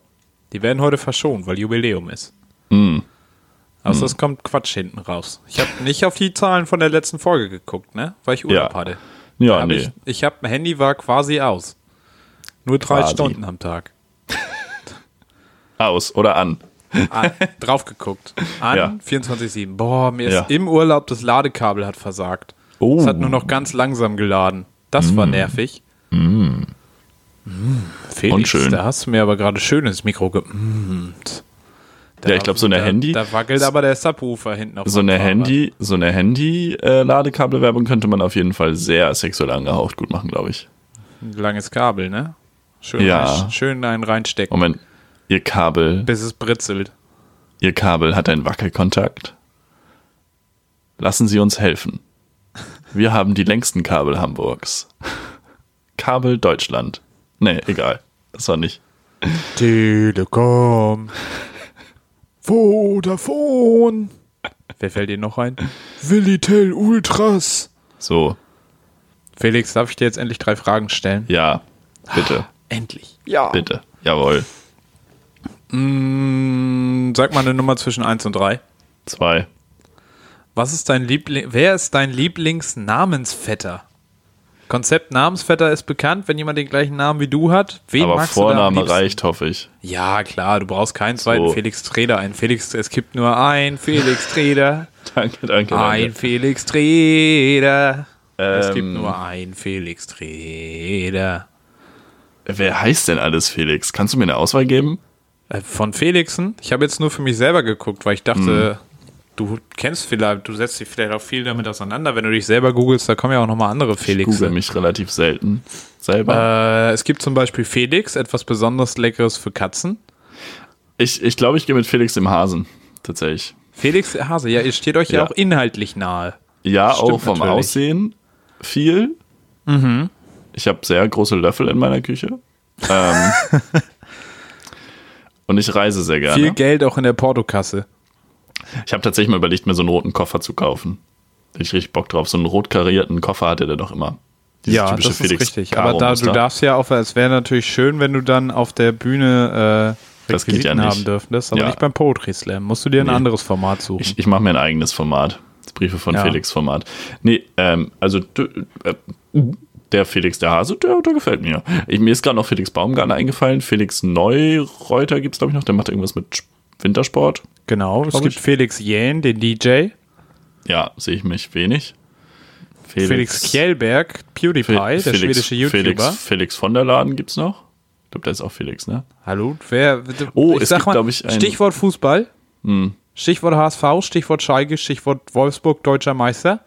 A: Die werden heute verschont, weil Jubiläum ist.
B: Hm.
A: Also es kommt Quatsch hinten raus. Ich habe nicht auf die Zahlen von der letzten Folge geguckt, ne? Weil ich Urlaub
B: Ja.
A: hatte.
B: Ja,
A: Hab
B: nee.
A: Ich, ich habe mein Handy war quasi aus. Nur drei
B: Quasi.
A: Stunden am Tag.
B: Aus oder an.
A: An, drauf geguckt. An
B: Ja.
A: 24-7. Boah, mir ist
B: Ja.
A: im Urlaub das Ladekabel hat versagt.
B: Oh.
A: Es hat nur noch ganz langsam geladen. Das war nervig. Mm, Felix,
B: Mm. Unschön.
A: da hast du mir aber gerade schön ins Mikro ge... Mm. Da-
B: Ja, ich glaub, so eine
A: da,
B: Handy-
A: Da wackelt aber der Subwoofer hinten auf
B: So
A: dem
B: eine
A: Fahrrad.
B: Handy, so eine Handy-Ladekabelwerbung könnte man auf jeden Fall sehr sexuell angehaucht gut machen, glaube ich.
A: Ein langes Kabel, ne? Schön,
B: Ja. Um-
A: rein, schön einen reinstecken,
B: Moment, ihr Kabel,
A: bis es britzelt.
B: ihr Kabel hat einen Wackelkontakt. Lassen Sie uns helfen. Wir haben die längsten Kabel Hamburgs. Kabel Deutschland. Nee, egal. Das war nicht.
A: Telekom. Vodafone. Wer fällt dir noch ein? Willitel Ultras.
B: So,
A: Felix, darf ich dir jetzt endlich drei Fragen stellen?
B: ja, bitte,
A: Endlich. Ja.
B: bitte. Jawohl.
A: Mm, sag mal eine Nummer zwischen 1 und 3.
B: Zwei.
A: Was ist dein Liebling Wer ist dein Lieblingsnamensvetter? Konzept Namensvetter ist bekannt, wenn jemand den gleichen Namen wie du hat. Wen
B: Aber
A: magst du da am
B: Vorname
A: liebsten?
B: reicht, hoffe ich.
A: Ja, klar, du brauchst keinen zweiten
B: So.
A: Felix Treder. Ein Felix, es gibt nur einen Felix Treder.
B: Danke, danke,
A: ein
B: danke.
A: Felix Treder. es gibt
B: Ähm.
A: nur einen Felix Treder.
B: Wer heißt denn alles Felix? Kannst du mir eine Auswahl geben?
A: Äh, Von Felixen? Ich habe jetzt nur für mich selber geguckt, weil ich dachte, du kennst vielleicht, du setzt dich vielleicht auch viel damit auseinander. Wenn du dich selber googelst, da kommen ja auch nochmal andere
B: Google
A: Felixe.
B: mich relativ selten. Selber.
A: Äh, es gibt zum Beispiel Felix, etwas besonders Leckeres für Katzen.
B: Ich glaube, ich, glaub, ich gehe mit Felix im Hasen. Tatsächlich.
A: Felix Hase, ja, ihr steht euch ja,
B: Ja.
A: auch inhaltlich nahe.
B: Ja,
A: Stimmt
B: auch vom
A: natürlich. Mhm.
B: Aussehen viel. Ich habe sehr große Löffel in meiner Küche. Ähm, und ich reise sehr
A: Viel
B: gerne.
A: Geld auch in der Portokasse.
B: Ich habe tatsächlich mal überlegt, mir so einen roten Koffer zu kaufen. Da hab Ich richtig Bock drauf. So einen rot karierten Koffer hatte der doch immer. Dieses
A: Ja,
B: typische
A: das ist richtig. Aber da,
B: Karo-Muster.
A: du darfst ja auch, es wäre natürlich schön, wenn du dann auf der Bühne äh,
B: Das geht ja
A: Requisiten
B: nicht.
A: haben dürftest, aber
B: Ja.
A: nicht beim Poetry Slam. Musst du dir ein anderes Format suchen.
B: Ich, ich mache mir ein eigenes Format. Das Briefe von
A: Ja.
B: Felix Format. Nee, ähm, also d- äh, der Felix der Hase, der, der gefällt mir. Ich, mir ist gerade noch Felix Baumgartner eingefallen. Felix Neureuter gibt es, glaube ich, noch. Der macht irgendwas mit Sch- Wintersport.
A: genau, es
B: Glaub
A: gibt
B: ich.
A: Felix Jähn, den DJ,
B: Ja, sehe ich mich wenig.
A: Felix Kjellberg, PewDiePie,
B: Fe-
A: der schwedische YouTuber.
B: Felix, Felix von der Laden gibt es noch. Ich glaube, der ist auch Felix, ne?
A: Hallo, wer?
B: Oh, es gibt, glaub ich, ein-
A: Stichwort Fußball. Stichwort HSV, Stichwort Schalke, Stichwort Wolfsburg, deutscher Meister.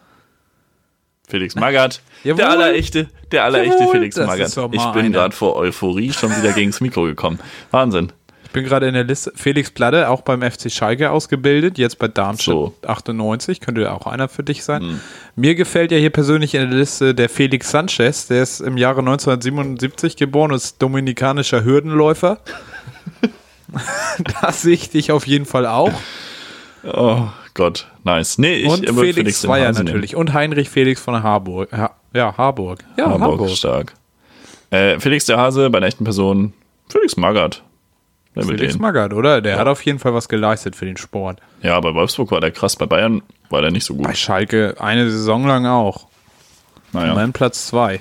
B: Felix Magath.
A: Jawohl.
B: Der allerechte, der allerechte
A: Jawohl,
B: Felix
A: das ist
B: Magath.
A: doch mal
B: Ich bin
A: einer.
B: gerade vor Euphorie schon wieder gegens Mikro gekommen. Wahnsinn.
A: Ich bin gerade in der Liste. Felix Platte, auch beim FC Schalke ausgebildet, jetzt bei Darmstadt
B: So. Hm.
A: 98. Könnte ja auch einer für dich sein. Mir gefällt ja hier persönlich in der Liste der Felix Sanchez. Der ist im Jahre 1977 geboren, ist dominikanischer Hürdenläufer. da sehe ich dich auf jeden Fall auch.
B: Oh Gott, nice. Nee, ich
A: Und
B: würde
A: Felix,
B: den
A: Zweier
B: Hansen nehmen.
A: natürlich. Und Heinrich Felix von Harburg. Ha ja, Harburg. Ja,
B: Hamburg,
A: Harburg.
B: stark. Äh, Felix der Hase bei der echten Person. Felix Magath. Wer will
A: Felix
B: den?
A: Magath, oder? Der hat auf jeden Fall was geleistet für den Sport.
B: ja, bei Wolfsburg war der krass, bei Bayern war der nicht so
A: Bei
B: gut.
A: Schalke eine Saison lang auch.
B: Naja.
A: Mein Platz 2.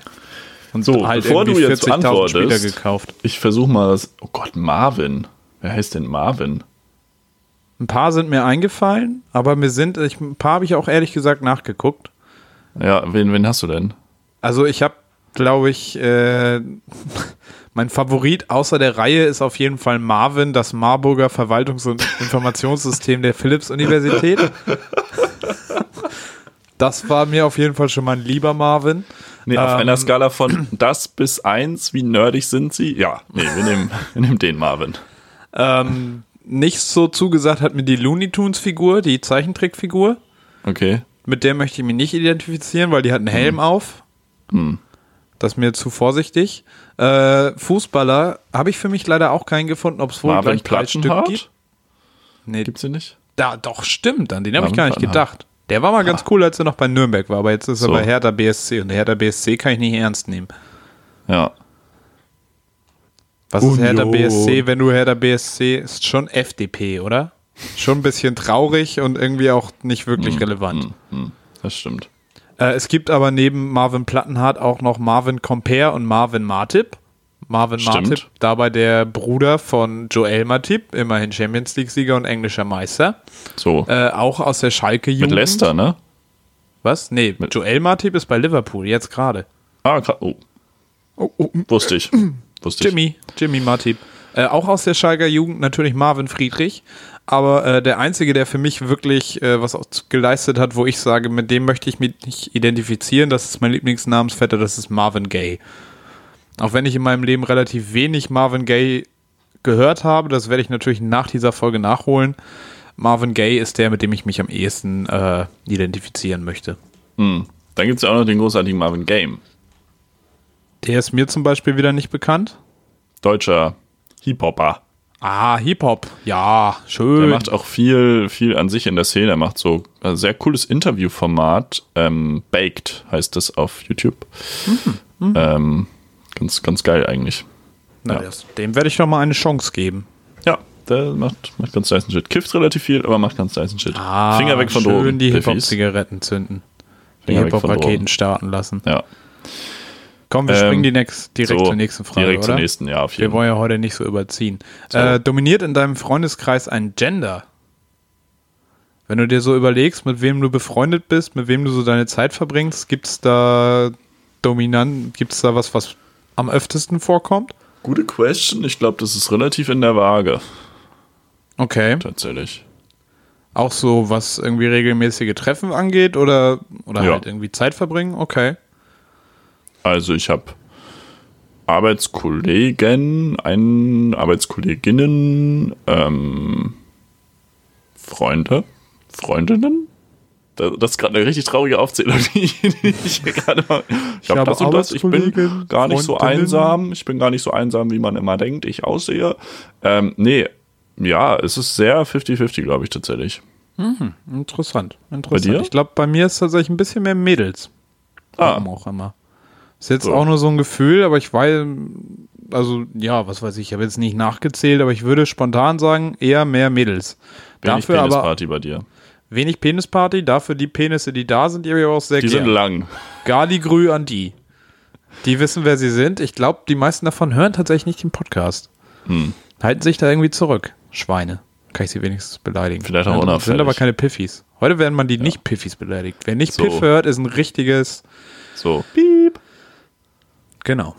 A: Und halt
B: So, bevor du
A: irgendwie
B: jetzt
A: 40.000
B: antwortest-
A: Spieler gekauft.
B: Ich versuche mal das. Oh Gott, Marvin. Wer heißt denn Marvin?
A: Ein paar sind mir eingefallen, aber mir sind, ich, ein paar habe ich auch ehrlich gesagt nachgeguckt.
B: Ja, wen, wen hast du denn?
A: Also ich habe, glaube ich, äh, mein Favorit außer der Reihe ist auf jeden Fall Marvin, das Marburger Verwaltungs- und Informationssystem der Philips-Universität. Das war mir auf jeden Fall schon mal ein lieber Marvin.
B: Nee, auf
A: Ähm,
B: einer Skala von das bis eins, wie nerdig sind sie? Ja, nee, wir nehmen, wir nehmen den Marvin.
A: Ähm, nicht so zugesagt hat mir die Looney Tunes-Figur, die Zeichentrickfigur.
B: Okay.
A: Mit der möchte ich mich nicht identifizieren, weil die
B: Mhm.
A: hat einen Helm auf. Das ist mir zu vorsichtig. Äh, Fußballer habe ich für mich leider auch keinen gefunden, ob es wohl
B: Marvin
A: gleich drei Stück gibt.
B: Plattenhardt?
A: Nee,
B: Gibt's den nicht?
A: da, doch, stimmt. An den habe ich
B: Marvin
A: gar nicht
B: Plattenhardt. Ah.
A: gedacht. Der war mal ganz cool, als er noch bei Nürnberg war, aber jetzt ist
B: So.
A: er bei Hertha BSC und Hertha BSC kann ich nicht ernst nehmen.
B: Ja.
A: Was ist Hertha
B: Union.
A: BSC, wenn du Hertha BSC ist schon FDP, oder? Schon ein bisschen traurig und irgendwie auch nicht wirklich relevant.
B: Hm, das stimmt.
A: Äh, es gibt aber neben Marvin Plattenhardt auch noch Marvin Compare und Marvin Martip. Marvin
B: Stimmt.
A: Martip, dabei der Bruder von Joel Martip, immerhin Champions League-Sieger und englischer Meister.
B: So.
A: Äh, auch aus der Schalke-Jugend.
B: Mit Leicester, ne?
A: Was? Nee, Joel Martip ist bei Liverpool, jetzt gerade.
B: Ah, krass. Oh,
A: Oh, oh,
B: wusste ich. Wusste ich.
A: Jimmy, Jimmy Martip. Äh, auch aus der Schalker Jugend natürlich Marvin Friedrich, aber äh, der Einzige, der für mich wirklich äh, was auch geleistet hat, wo ich sage, mit dem möchte ich mich nicht identifizieren, das ist mein Lieblingsnamensvetter, das ist Marvin Gaye. Auch wenn ich in meinem Leben relativ wenig Marvin Gaye gehört habe, das werde ich natürlich nach dieser Folge nachholen. Marvin Gaye ist der, mit dem ich mich am ehesten äh, identifizieren möchte.
B: Hm. Dann gibt's ja auch noch den großartigen Marvin Game.
A: Der ist mir zum Beispiel wieder nicht bekannt.
B: Deutscher Hip-Hopper.
A: Ah, Hip-Hop. Ja, schön.
B: Der macht auch viel, viel an sich in der Szene. Er macht so ein sehr cooles Interviewformat. Ähm, Baked heißt das auf YouTube.
A: Mhm.
B: Ähm, ganz, ganz geil eigentlich.
A: Na,
B: Ja.
A: das, dem werde ich doch mal eine Chance geben.
B: Ja, der macht, macht ganz niceen Shit. Kifft relativ viel, aber macht ganz niceen Shit. Finger weg von
A: Ah, schön
B: oben.
A: die
B: Piffis.
A: Hip-Hop-Zigaretten zünden. Die
B: Finger weg von
A: Hip-Hop-Raketen
B: Drogen.
A: starten lassen.
B: Ja,
A: Komm, wir
B: Ähm,
A: springen die next, direkt
B: so,
A: zur nächsten Frage,
B: direkt
A: oder?
B: zur nächsten, ja, auf
A: Wir
B: jeden Fall.
A: wollen ja heute nicht so überziehen. Äh, dominiert in deinem Freundeskreis ein Gender? Wenn du dir so überlegst, mit wem du befreundet bist, mit wem du so deine Zeit verbringst, gibt es da dominant, gibt es da was, was am öftesten vorkommt?
B: Gute Question. Ich glaube, das ist relativ in der Waage,
A: Okay.
B: tatsächlich.
A: Auch so, was irgendwie regelmäßige Treffen angeht oder, oder
B: Ja.
A: halt irgendwie Zeit verbringen? Okay.
B: Also ich habe Arbeitskollegen, einen Arbeitskolleginnen, ähm, Freunde, Freundinnen. Da- Das ist gerade eine richtig traurige Aufzählung, die ich, die ich hier gerade mache. Ich, hab
A: habe
B: das und das. Ich bin
A: Arbeitskollegen,
B: gar nicht so
A: Freundinnen.
B: einsam. Ich bin gar nicht so einsam, wie man immer denkt. Ich aussehe. Ähm, nee, ja, es ist sehr 50-50, glaube ich, tatsächlich.
A: Interessant, interessant.
B: dir?
A: Ich glaube, bei mir ist tatsächlich ein bisschen mehr Mädels.
B: Ah,
A: Warum auch immer. Ist jetzt
B: So.
A: auch nur so ein Gefühl, aber ich weiß, also ja, was weiß ich, ich habe jetzt nicht nachgezählt, aber ich würde spontan sagen, eher mehr Mädels.
B: wenig
A: dafür aber
B: Penisparty bei dir.
A: wenig Penisparty, dafür die Penisse, die da sind, die habe ich aber auch sehr
B: Die sind
A: gern.
B: lang.
A: Gardigrü an die. Die wissen, wer sie sind. Ich glaube, die meisten davon hören tatsächlich nicht den Podcast.
B: Hm.
A: Halten sich da irgendwie zurück. Schweine. Kann ich sie wenigstens beleidigen.
B: Vielleicht auch
A: sind
B: unauffällig.
A: Sind aber keine Piffis. Heute werden man die nicht Piffis beleidigt. Wer nicht
B: So.
A: Piff hört, ist ein richtiges.
B: So.
A: Genau.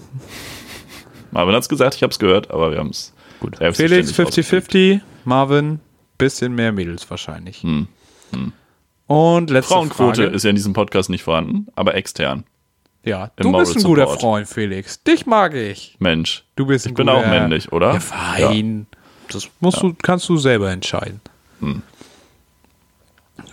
B: Marvin hat's gesagt, ich hab's gehört, aber wir haben's. Gut.
A: Felix 50-50, Marvin bisschen mehr Mädels wahrscheinlich. Und letzte
B: Hm. Frauenquote
A: Frage.
B: ist ja in diesem Podcast nicht vorhanden, aber extern.
A: ja,
B: im
A: du
B: Moral
A: bist ein guter
B: Support.
A: Freund, Felix. Dich mag ich.
B: Mensch.
A: Du bist ein
B: Ich bin
A: guter
B: auch männlich, oder?
A: Ja, fein. Das musst du, kannst du selber entscheiden.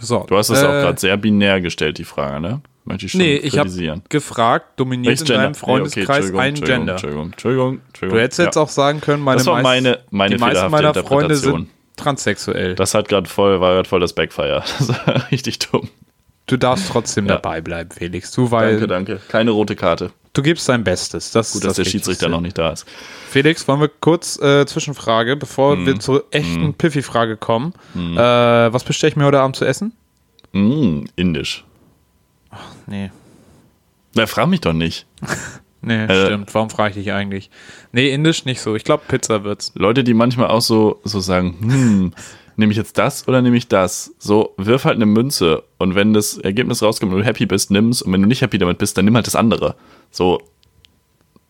A: So,
B: Hm. Du hast es auch
A: äh,
B: gerade sehr binär gestellt, die Frage, ne? Möchte ich schon
A: Nee, ich habe
B: kritisieren.
A: gefragt, dominiert in
B: Welches Gender?
A: deinem Freundeskreis
B: Nee, okay,
A: ein
B: Entschuldigung,
A: Gender.
B: Entschuldigung, Entschuldigung, Entschuldigung.
A: Du hättest jetzt
B: ja.
A: auch sagen können, meine,
B: Das war
A: meist-
B: meine- meine
A: die meisten
B: fehlerhafte
A: meiner Freunde sind
B: Interpretation.
A: transsexuell.
B: Das hat gerade voll, war gerade voll das Backfire. Das war richtig dumm.
A: Du darfst trotzdem dabei bleiben, Felix. Du, weil
B: Danke, danke. Keine rote Karte.
A: du gibst dein Bestes. Das ist
B: Gut, dass
A: das
B: der Schiedsrichter
A: Wichtigste.
B: noch nicht da ist.
A: Felix, wollen wir kurz äh, Zwischenfrage, bevor
B: Hm.
A: wir zur echten Piffy-Frage kommen. Äh, was bestelle ich mir heute Abend zu essen?
B: Mm, indisch.
A: Nee.
B: Na, frag mich doch nicht.
A: Nee,
B: Äh.
A: stimmt. Warum frage ich dich eigentlich? Nee, indisch nicht so. Ich glaube, Pizza wird's.
B: Leute, die manchmal auch so, so sagen, hm, nehme ich jetzt das oder nehme ich das? So, wirf halt eine Münze und wenn das Ergebnis rauskommt und du happy bist, nimm's und wenn du nicht happy damit bist, dann nimm halt das andere. So,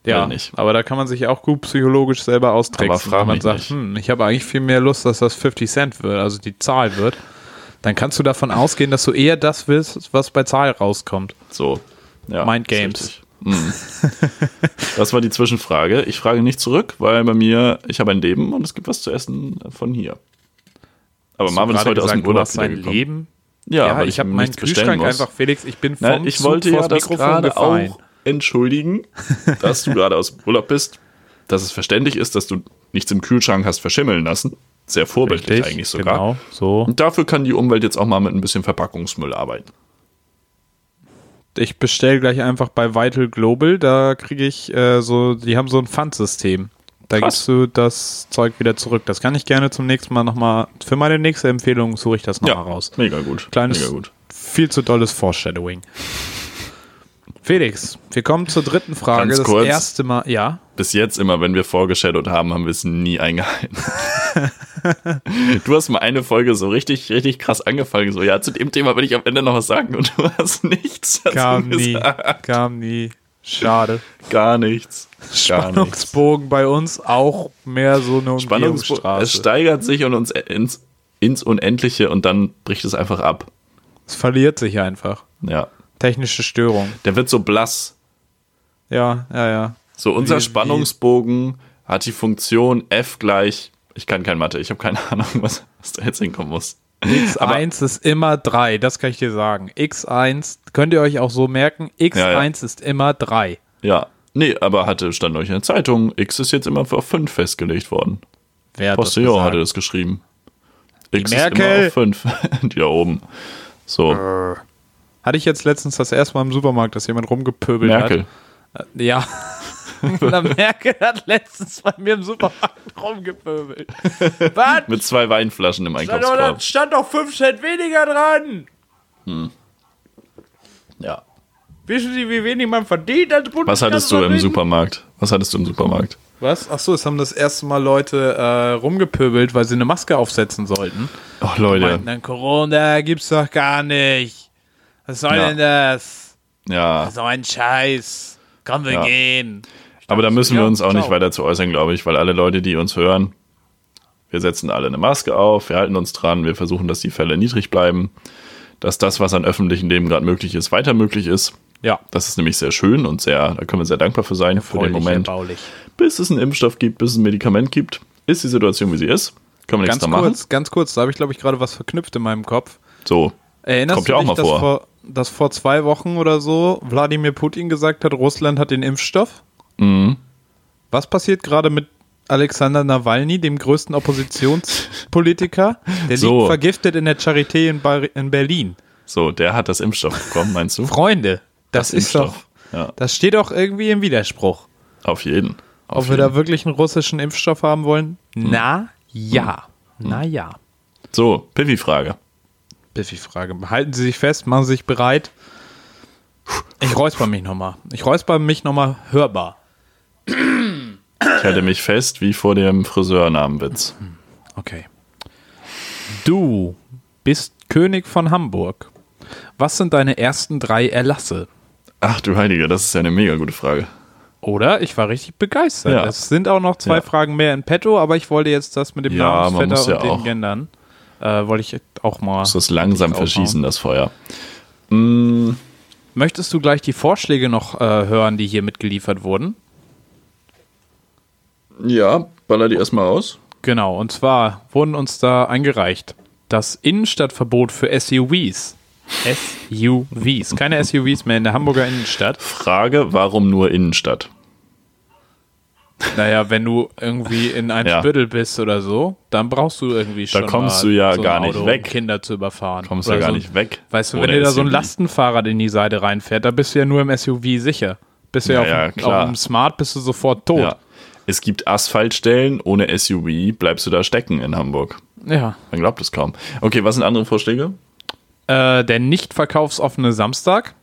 A: Ja,
B: Weiß nicht.
A: aber da kann man sich auch gut psychologisch selber austricksen.
B: Aber frag
A: wenn man
B: mich
A: sagt,
B: nicht.
A: hm, ich habe eigentlich viel mehr Lust, dass das 50 Cent wird, also die Zahl wird. Dann kannst du davon ausgehen, dass du eher das willst, was bei Zahl rauskommt.
B: so. Ja,
A: Mind
B: ist
A: Games.
B: richtig. Mm. Das war die Zwischenfrage. Ich frage nicht zurück, weil bei mir, ich habe ein Leben und es gibt was zu essen von hier. Aber
A: Hast du
B: Marvin ist
A: gerade
B: heute aus dem
A: gesagt,
B: Urlaub
A: Du hast ein
B: wiedergekommen.
A: Leben.
B: Ja,
A: Ja,
B: aber
A: ich habe
B: mir
A: meinen
B: nichts bestellen
A: Kühlschrank
B: muss.
A: einfach, Felix, ich bin vom
B: Na, Ne, ich wollte
A: Zug vors
B: ja das
A: Mikrofon
B: gerade
A: gefallen.
B: auch entschuldigen, dass du gerade aus dem Urlaub bist, dass es verständlich ist, dass du nichts im Kühlschrank hast verschimmeln lassen. Sehr vorbildlich
A: Richtig,
B: eigentlich sogar.
A: Genau, so.
B: Und dafür kann die Umwelt jetzt auch mal mit ein bisschen Verpackungsmüll arbeiten.
A: Ich bestelle gleich einfach bei Vital Global, da kriege ich äh, so, die haben so ein Pfandsystem. Da
B: Krass.
A: gibst du das Zeug wieder zurück. Das kann ich gerne zum nächsten Mal nochmal, für meine nächste Empfehlung suche ich das nochmal
B: Ja,
A: raus.
B: mega gut.
A: Kleines,
B: mega gut.
A: viel zu dolles Foreshadowing. Felix, wir kommen zur dritten Frage.
B: Ganz
A: das
B: kurz.
A: erste Mal, ja.
B: Bis jetzt immer, wenn wir vorgeschadowt haben, haben wir es nie eingehalten. du hast mal eine Folge so richtig, richtig krass angefangen. So, ja, zu dem Thema will ich am Ende noch was sagen und du hast nichts. dazu
A: Kam nie,
B: gesagt.
A: kam nie. Schade.
B: Gar nichts. Gar nichts.
A: Spannungsbogen bei uns auch mehr so eine
B: Spannungsstraße. Es
A: Umgehungsstraße.
B: steigert sich und uns e- ins, ins Unendliche und dann bricht es einfach ab.
A: Es verliert sich einfach.
B: Ja.
A: Technische Störung.
B: Der wird so blass.
A: Ja, ja, ja.
B: So unser
A: Wie- wie-
B: Spannungsbogen hat die Funktion F gleich. Ich kann kein Mathe, ich habe keine Ahnung, was, was da jetzt hinkommen muss. Aber
A: X1 ist immer 3, das kann ich dir sagen. X1, könnt ihr euch auch so merken, X1
B: Ja, ja.
A: ist immer 3.
B: ja. Nee, aber hatte stand euch in der Zeitung, X ist jetzt immer auf 5 festgelegt worden.
A: Wer hat das
B: Postillon
A: gesagt?
B: hatte das geschrieben. X
A: Merkel. Äh,
B: ist immer auf 5. die da oben. So,
A: Hatte ich jetzt letztens das erste Mal im Supermarkt, dass jemand rumgepöbelt
B: Merkel.
A: hat. Ja. Na, Merkel hat letztens bei mir im Supermarkt rumgepöbelt. Was?
B: Mit zwei Weinflaschen im
A: Da doch- da
B: Einkaufskorb.
A: stand doch 5 Cent weniger dran.
B: Ja.
A: Wissen Sie, wie wenig man verdient als Bundeskanzler?
B: Was hattest du im Supermarkt? Was hattest du im Supermarkt?
A: Was? Achso, es haben das erste Mal Leute äh, rumgepöbelt, weil sie eine Maske aufsetzen sollten.
B: Oh, Leute.
A: Meinten dann, Corona gibt's doch gar nicht. Was soll
B: Ja.
A: denn das?
B: Ja,
A: So ein Scheiß. Komm, wir
B: Ja.
A: gehen.
B: aber da müssen wir
A: Ja,
B: uns auch nicht
A: ciao.
B: weiter zu äußern, glaube ich, weil alle Leute, die uns hören, wir setzen alle eine Maske auf, wir halten uns dran, wir versuchen, dass die Fälle niedrig bleiben, dass das, was an öffentlichem Leben gerade möglich ist, weiter möglich ist.
A: Ja.
B: Das ist nämlich sehr schön und sehr, da können wir sehr dankbar für sein, für den
A: Freudig,
B: Moment.
A: erbaulich.
B: Bis es einen Impfstoff gibt, bis es ein Medikament gibt, ist die Situation, wie sie ist. Können wir
A: Ganz
B: nichts da machen.
A: kurz, ganz kurz, da habe ich, glaube ich, gerade was verknüpft in meinem Kopf.
B: So.
A: Erinnerst
B: Kommt
A: du
B: ja auch
A: dich,
B: mal
A: dass,
B: vor.
A: vor, dass vor zwei Wochen oder so Wladimir Putin gesagt hat, Russland hat den Impfstoff?
B: Mhm.
A: Was passiert gerade mit Alexander Nawalny, dem größten Oppositionspolitiker? Der
B: So.
A: liegt vergiftet in der Charité in, Bar in Berlin.
B: So, der hat das Impfstoff bekommen, meinst du?
A: Freunde, das, ist
B: Impfstoff.
A: doch,
B: Ja.
A: das steht doch irgendwie im Widerspruch.
B: Auf jeden. Auf
A: Ob wir da wirklich einen russischen Impfstoff haben wollen? Na ja, na ja.
B: So, Pivi-Frage.
A: Biffy-Frage. Halten Sie sich fest, machen Sie sich bereit. Ich räusper mich nochmal. Ich räusper mich nochmal hörbar.
B: Ich halte mich fest wie vor dem Friseurnamenwitz.
A: Okay. Du bist König von Hamburg. Was sind deine ersten drei Erlasse?
B: Ach du Heilige, das ist ja eine mega gute Frage.
A: Oder? Ich war richtig begeistert.
B: Ja.
A: Es sind auch noch zwei
B: Ja.
A: Fragen mehr in petto, aber ich wollte jetzt das mit dem
B: Ja, man
A: Namensvetter
B: muss ja
A: und den
B: auch.
A: Gendern. Äh, wollte ich auch mal.
B: Muss das langsam
A: Aufhauen.
B: verschießen, das Feuer. Mm,
A: Möchtest du gleich die Vorschläge noch äh, hören, die hier mitgeliefert wurden?
B: ja, baller die erstmal aus.
A: Genau, und zwar wurden uns da eingereicht das Innenstadtverbot für SUVs. SUVs, keine SUVs mehr in der Hamburger Innenstadt.
B: Frage, warum nur Innenstadt?
A: Naja, wenn du irgendwie in einem
B: Ja.
A: Spittel bist oder so, dann brauchst du irgendwie schon.
B: kommst
A: mal
B: du ja
A: so ein
B: gar nicht
A: Auto,
B: weg.
A: Um Kinder zu überfahren.
B: Kommst ja
A: Oder
B: gar
A: so,
B: nicht weg.
A: Weißt du,
B: Ohne
A: wenn dir da so ein
B: SUV.
A: Lastenfahrrad in die Seite reinfährt, da bist du ja nur im SUV sicher. Bist du ja,
B: Ja, ja,
A: auf, dem-
B: klar.
A: auf dem Smart, bist du sofort tot.
B: Ja. Es gibt Asphaltstellen, ohne SUV bleibst du da stecken in Hamburg.
A: ja.
B: Man glaubt es kaum. Okay, was sind andere Vorschläge?
A: Äh, der nicht verkaufsoffene Samstag.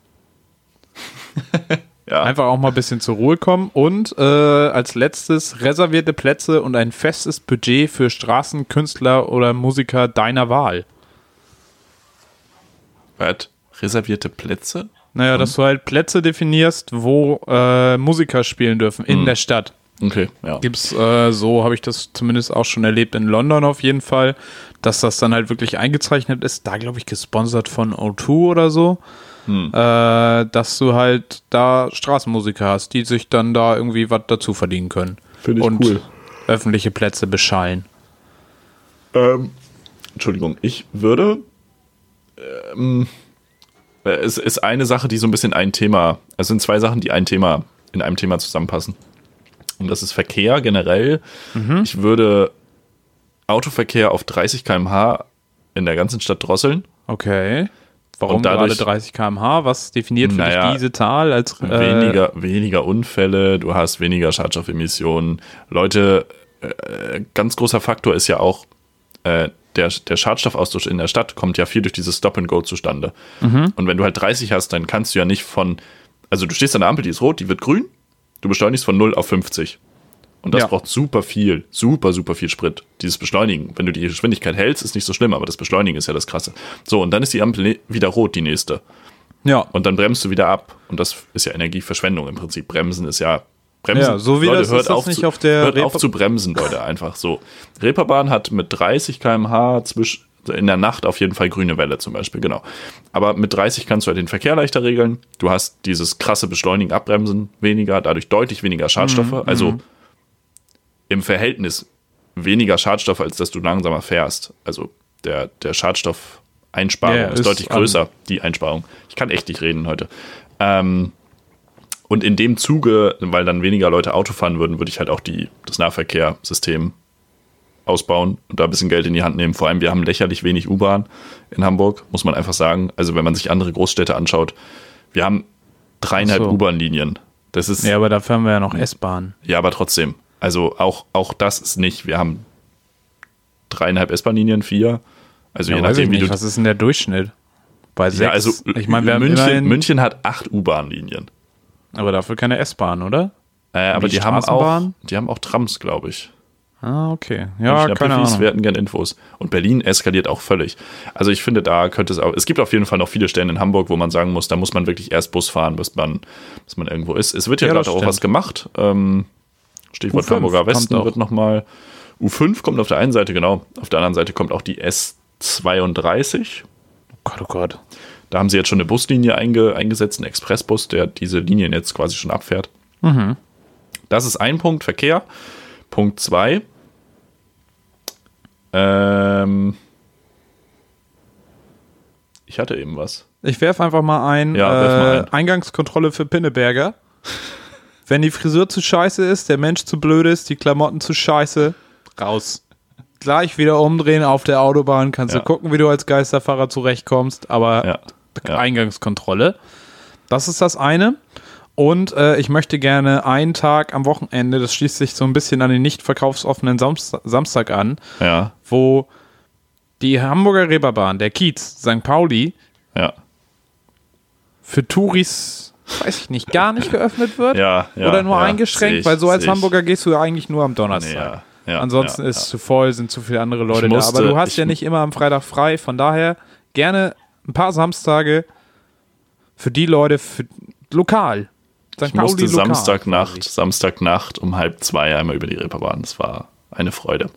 B: Ja.
A: Einfach auch mal ein bisschen zur Ruhe kommen. Und äh, als letztes reservierte Plätze und ein festes Budget für Straßen, Künstler oder Musiker deiner Wahl.
B: Was? Reservierte Plätze?
A: Naja, dass du halt Plätze definierst, wo äh, Musiker spielen dürfen
B: Mhm.
A: in der Stadt.
B: Okay, ja.
A: Gibt's, äh, so habe ich das zumindest auch schon erlebt in London auf jeden Fall, dass das dann halt wirklich eingezeichnet ist. Da glaube ich gesponsert von O2 oder so,
B: Mhm.
A: äh, dass du halt da Straßenmusiker hast, die sich dann da irgendwie was dazu verdienen können.
B: Finde ich
A: und
B: cool.
A: öffentliche Plätze beschallen.
B: Ähm, Entschuldigung, ich würde. Ähm, äh, es ist eine Sache, die so ein bisschen ein Thema. Es sind zwei Sachen, die ein Thema in einem Thema zusammenpassen. Und das ist Verkehr generell. Ich würde Autoverkehr auf 30 km/h in der ganzen Stadt drosseln.
A: Okay. Warum
B: Und dadurch-
A: gerade 30 km/h? Was definiert für
B: Naja,
A: dich diese Zahl als äh,
B: weniger, weniger Unfälle, du hast weniger Schadstoffemissionen. Leute, äh, ganz großer Faktor ist ja auch, äh, der, der Schadstoffaustausch in der Stadt kommt ja viel durch dieses Stop-and-Go zustande.
A: Mhm.
B: Und wenn du halt 30 hast, dann kannst du ja nicht von, also du stehst an der Ampel, die ist rot, die wird grün, du beschleunigst von 0 auf 50. Und das
A: Ja.
B: braucht super viel, super, super viel Sprit. Dieses Beschleunigen. Wenn du die Geschwindigkeit hältst, ist nicht so schlimm, aber das Beschleunigen ist ja das Krasse. So, und dann ist die Ampel ne- wieder rot, die nächste.
A: Ja.
B: Und dann bremst du wieder ab. Und das ist ja Energieverschwendung im Prinzip. Bremsen ist ja. Bremsen.
A: Ja, so wie das ist das nicht
B: zu,
A: auf der
B: hört auf
A: Reeper-
B: zu bremsen, Leute, einfach so. Reeperbahn hat mit 30 km/h zwischen, in der Nacht auf jeden Fall grüne Welle zum Beispiel, genau. Aber mit 30 kannst du halt den Verkehr leichter regeln. Du hast dieses krasse Beschleunigen, Abbremsen weniger, dadurch deutlich weniger Schadstoffe.
A: Mhm,
B: also im Verhältnis weniger Schadstoffe, als dass du langsamer fährst. Also der, der Schadstoffeinsparung
A: Ja,
B: ist,
A: ist
B: deutlich
A: an-
B: größer, die Einsparung. Ich kann echt nicht reden heute. Ähm, und in dem Zuge, weil dann weniger Leute Auto fahren würden, würde ich halt auch die, das Nahverkehrssystem ausbauen und da ein bisschen Geld in die Hand nehmen. Vor allem, wir haben lächerlich wenig U-Bahn in Hamburg, muss man einfach sagen. Also wenn man sich andere Großstädte anschaut, wir haben dreieinhalb
A: Ach so.
B: U-Bahn-Linien. Das ist
A: ja, aber dafür haben wir ja noch S-Bahn.
B: ja, aber trotzdem. Also auch, auch das ist nicht. Wir haben dreieinhalb S-Bahn-Linien, vier. Also
A: Ja,
B: je
A: weiß ich
B: nachdem, wie
A: nicht.
B: du.
A: Was ist denn der Durchschnitt? Bei sechs?
B: ja, also
A: ich meine, wir haben
B: München,
A: immerhin,
B: München hat acht U-Bahn-Linien.
A: aber dafür keine S-Bahn, oder?
B: Äh, aber
A: die
B: die haben, auch,
A: Straßenbahn?
B: die haben auch Trams, glaube ich.
A: Ah, okay. Ja,
B: Münchner
A: keine
B: Profis,
A: Ahnung.
B: Wir hätten gern Infos. Und Berlin eskaliert auch völlig. Also ich finde, da könnte es auch. Es gibt auf jeden Fall noch viele Stellen in Hamburg, wo man sagen muss, da muss man wirklich erst Bus fahren, bis man, bis man irgendwo ist. Es wird ja,
A: Ja, das
B: gerade auch
A: stimmt.
B: was gemacht. Ähm, Stichwort
A: U5
B: Hamburger Westen
A: kommt auch.
B: wird nochmal. U5 kommt auf der einen Seite, genau. Auf der anderen Seite kommt auch die S32.
A: Oh Gott, oh Gott.
B: Da haben sie jetzt schon eine Buslinie einge eingesetzt, einen Expressbus, der diese Linien jetzt quasi schon abfährt.
A: Mhm.
B: Das ist ein Punkt, Verkehr. Punkt zwei. Ähm, ich hatte eben was.
A: Ich werfe einfach mal ein,
B: Ja, werf mal
A: äh,
B: ein.
A: Eingangskontrolle für Pinneberger. Wenn die Frisur zu scheiße ist, der Mensch zu blöd ist, die Klamotten zu scheiße, raus. Gleich wieder umdrehen auf der Autobahn, kannst
B: Ja.
A: du gucken, wie du als Geisterfahrer zurechtkommst, aber
B: Ja, ja.
A: Eingangskontrolle. Das ist das eine. Und äh, ich möchte gerne einen Tag am Wochenende, das schließt sich so ein bisschen an den nicht verkaufsoffenen Samst Samstag an,
B: Ja,
A: wo die Hamburger Reeperbahn, der Kiez, St. Pauli,
B: ja,
A: für Touris, weiß ich nicht, gar nicht geöffnet wird.
B: Ja, ja,
A: oder nur
B: ja,
A: eingeschränkt,
B: seh ich,
A: weil so als
B: seh ich.
A: Hamburger gehst du ja eigentlich nur am Donnerstag.
B: ja. ja
A: Ansonsten
B: ja,
A: ist es zu voll, sind zu viele andere Leute
B: musste-
A: da. Aber du hast
B: ich-
A: ja nicht immer am Freitag frei, von daher gerne ein paar Samstage für die Leute für, lokal. St.
B: Ich musste
A: lokal.
B: Samstagnacht, Samstagnacht um halb zwei einmal über die Reeperbahn. Das war eine Freude.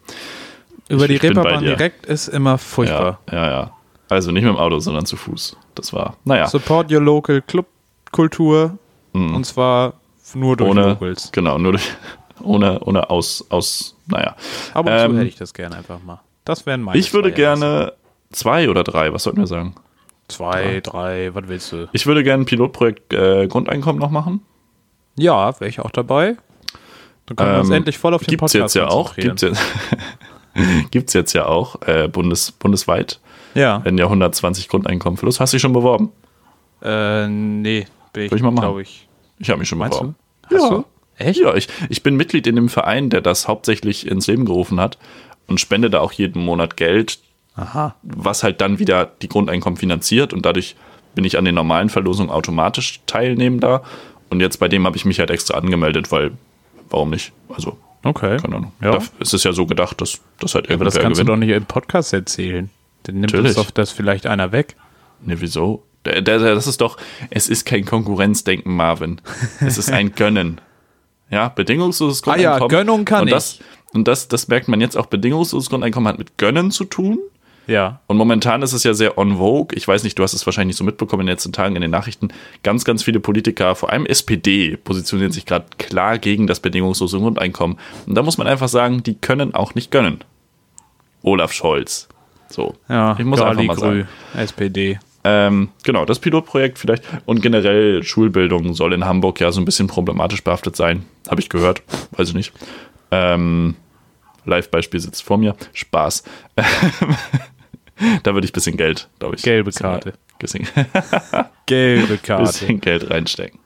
A: Über
B: Ich-
A: die
B: ich bin bei
A: Reeperbahn
B: dir.
A: direkt ist immer furchtbar.
B: Ja, ja, ja. Also nicht mit dem Auto, sondern zu Fuß. Das war, naja,
A: Support your local Clubkultur.
B: Mhm.
A: Und zwar nur durch
B: ohne,
A: Locals.
B: genau, nur durch, ohne, ohne aus, aus, naja.
A: Ab und zu
B: Ähm,
A: hätte ich das gerne einfach mal. Das wären meine
B: Ich würde
A: zwei
B: gerne zwei oder drei, was sollten wir sagen?
A: Jahres. Zwei, drei, was willst du?
B: Ich würde gerne ein Pilotprojekt äh, Grundeinkommen noch machen.
A: Ja, wäre ich auch dabei. Dann können wir uns
B: Ähm,
A: endlich voll auf den
B: Gibt's jetzt
A: Podcast
B: ja auch.
A: konzentrieren.
B: Gibt's jetzt, gibt's jetzt ja auch äh, bundes, bundesweit.
A: Ja.
B: Werden ja 120 Grundeinkommen verlust. Hast du dich schon beworben?
A: Äh, nee, bin ich,
B: Soll ich mal machen?
A: glaube ich.
B: Ich habe mich schon
A: Meinst
B: beworben.
A: du? Hast
B: ja.
A: du? Echt?
B: Ja, ich, ich bin Mitglied in dem Verein, der das hauptsächlich ins Leben gerufen hat und spende da auch jeden Monat Geld,
A: Aha.
B: was halt dann wieder die Grundeinkommen finanziert und dadurch bin ich an den normalen Verlosungen automatisch teilnehmender. Und jetzt bei dem habe ich mich halt extra angemeldet, weil warum nicht? Also,
A: Okay.
B: keine Ahnung.
A: Ja.
B: Da es ist ja so gedacht, dass das halt
A: Aber das
B: irgendwer
A: kannst
B: gewinnt.
A: du doch nicht im Podcast erzählen. Dann nimmt
B: Natürlich.
A: uns doch das vielleicht einer weg.
B: Ne, wieso? Der- der- der- Das ist doch, es ist kein Konkurrenzdenken, Marvin. Es ist ein Gönnen. Ja, bedingungsloses
A: Ah ja,
B: Grundeinkommen.
A: Gönnung kann
B: und das, Und das, das merkt man jetzt auch, bedingungsloses Grundeinkommen hat mit Gönnen zu tun.
A: Ja.
B: Und momentan ist es ja sehr on vogue. Ich weiß nicht, du hast es wahrscheinlich nicht so mitbekommen in den letzten Tagen in den Nachrichten. Ganz, ganz viele Politiker, vor allem SPD, positionieren sich gerade klar gegen das bedingungslose Grundeinkommen. Und da muss man einfach sagen, die können auch nicht gönnen. Olaf Scholz. So.
A: Ja,
B: ich muss einfach
A: Gali
B: mal sagen.
A: Grü, SPD.
B: Ähm, genau, das Pilotprojekt vielleicht. Und generell Schulbildung soll in Hamburg ja so ein bisschen problematisch behaftet sein. Habe ich gehört. Weiß ich nicht. Ähm, Live-Beispiel sitzt vor mir. Spaß. da würde ich ein bisschen Geld, glaube ich.
A: Gelbe
B: bisschen-
A: Karte.
B: Bisschen,
A: Gelbe Karte.
B: bisschen Geld reinstecken.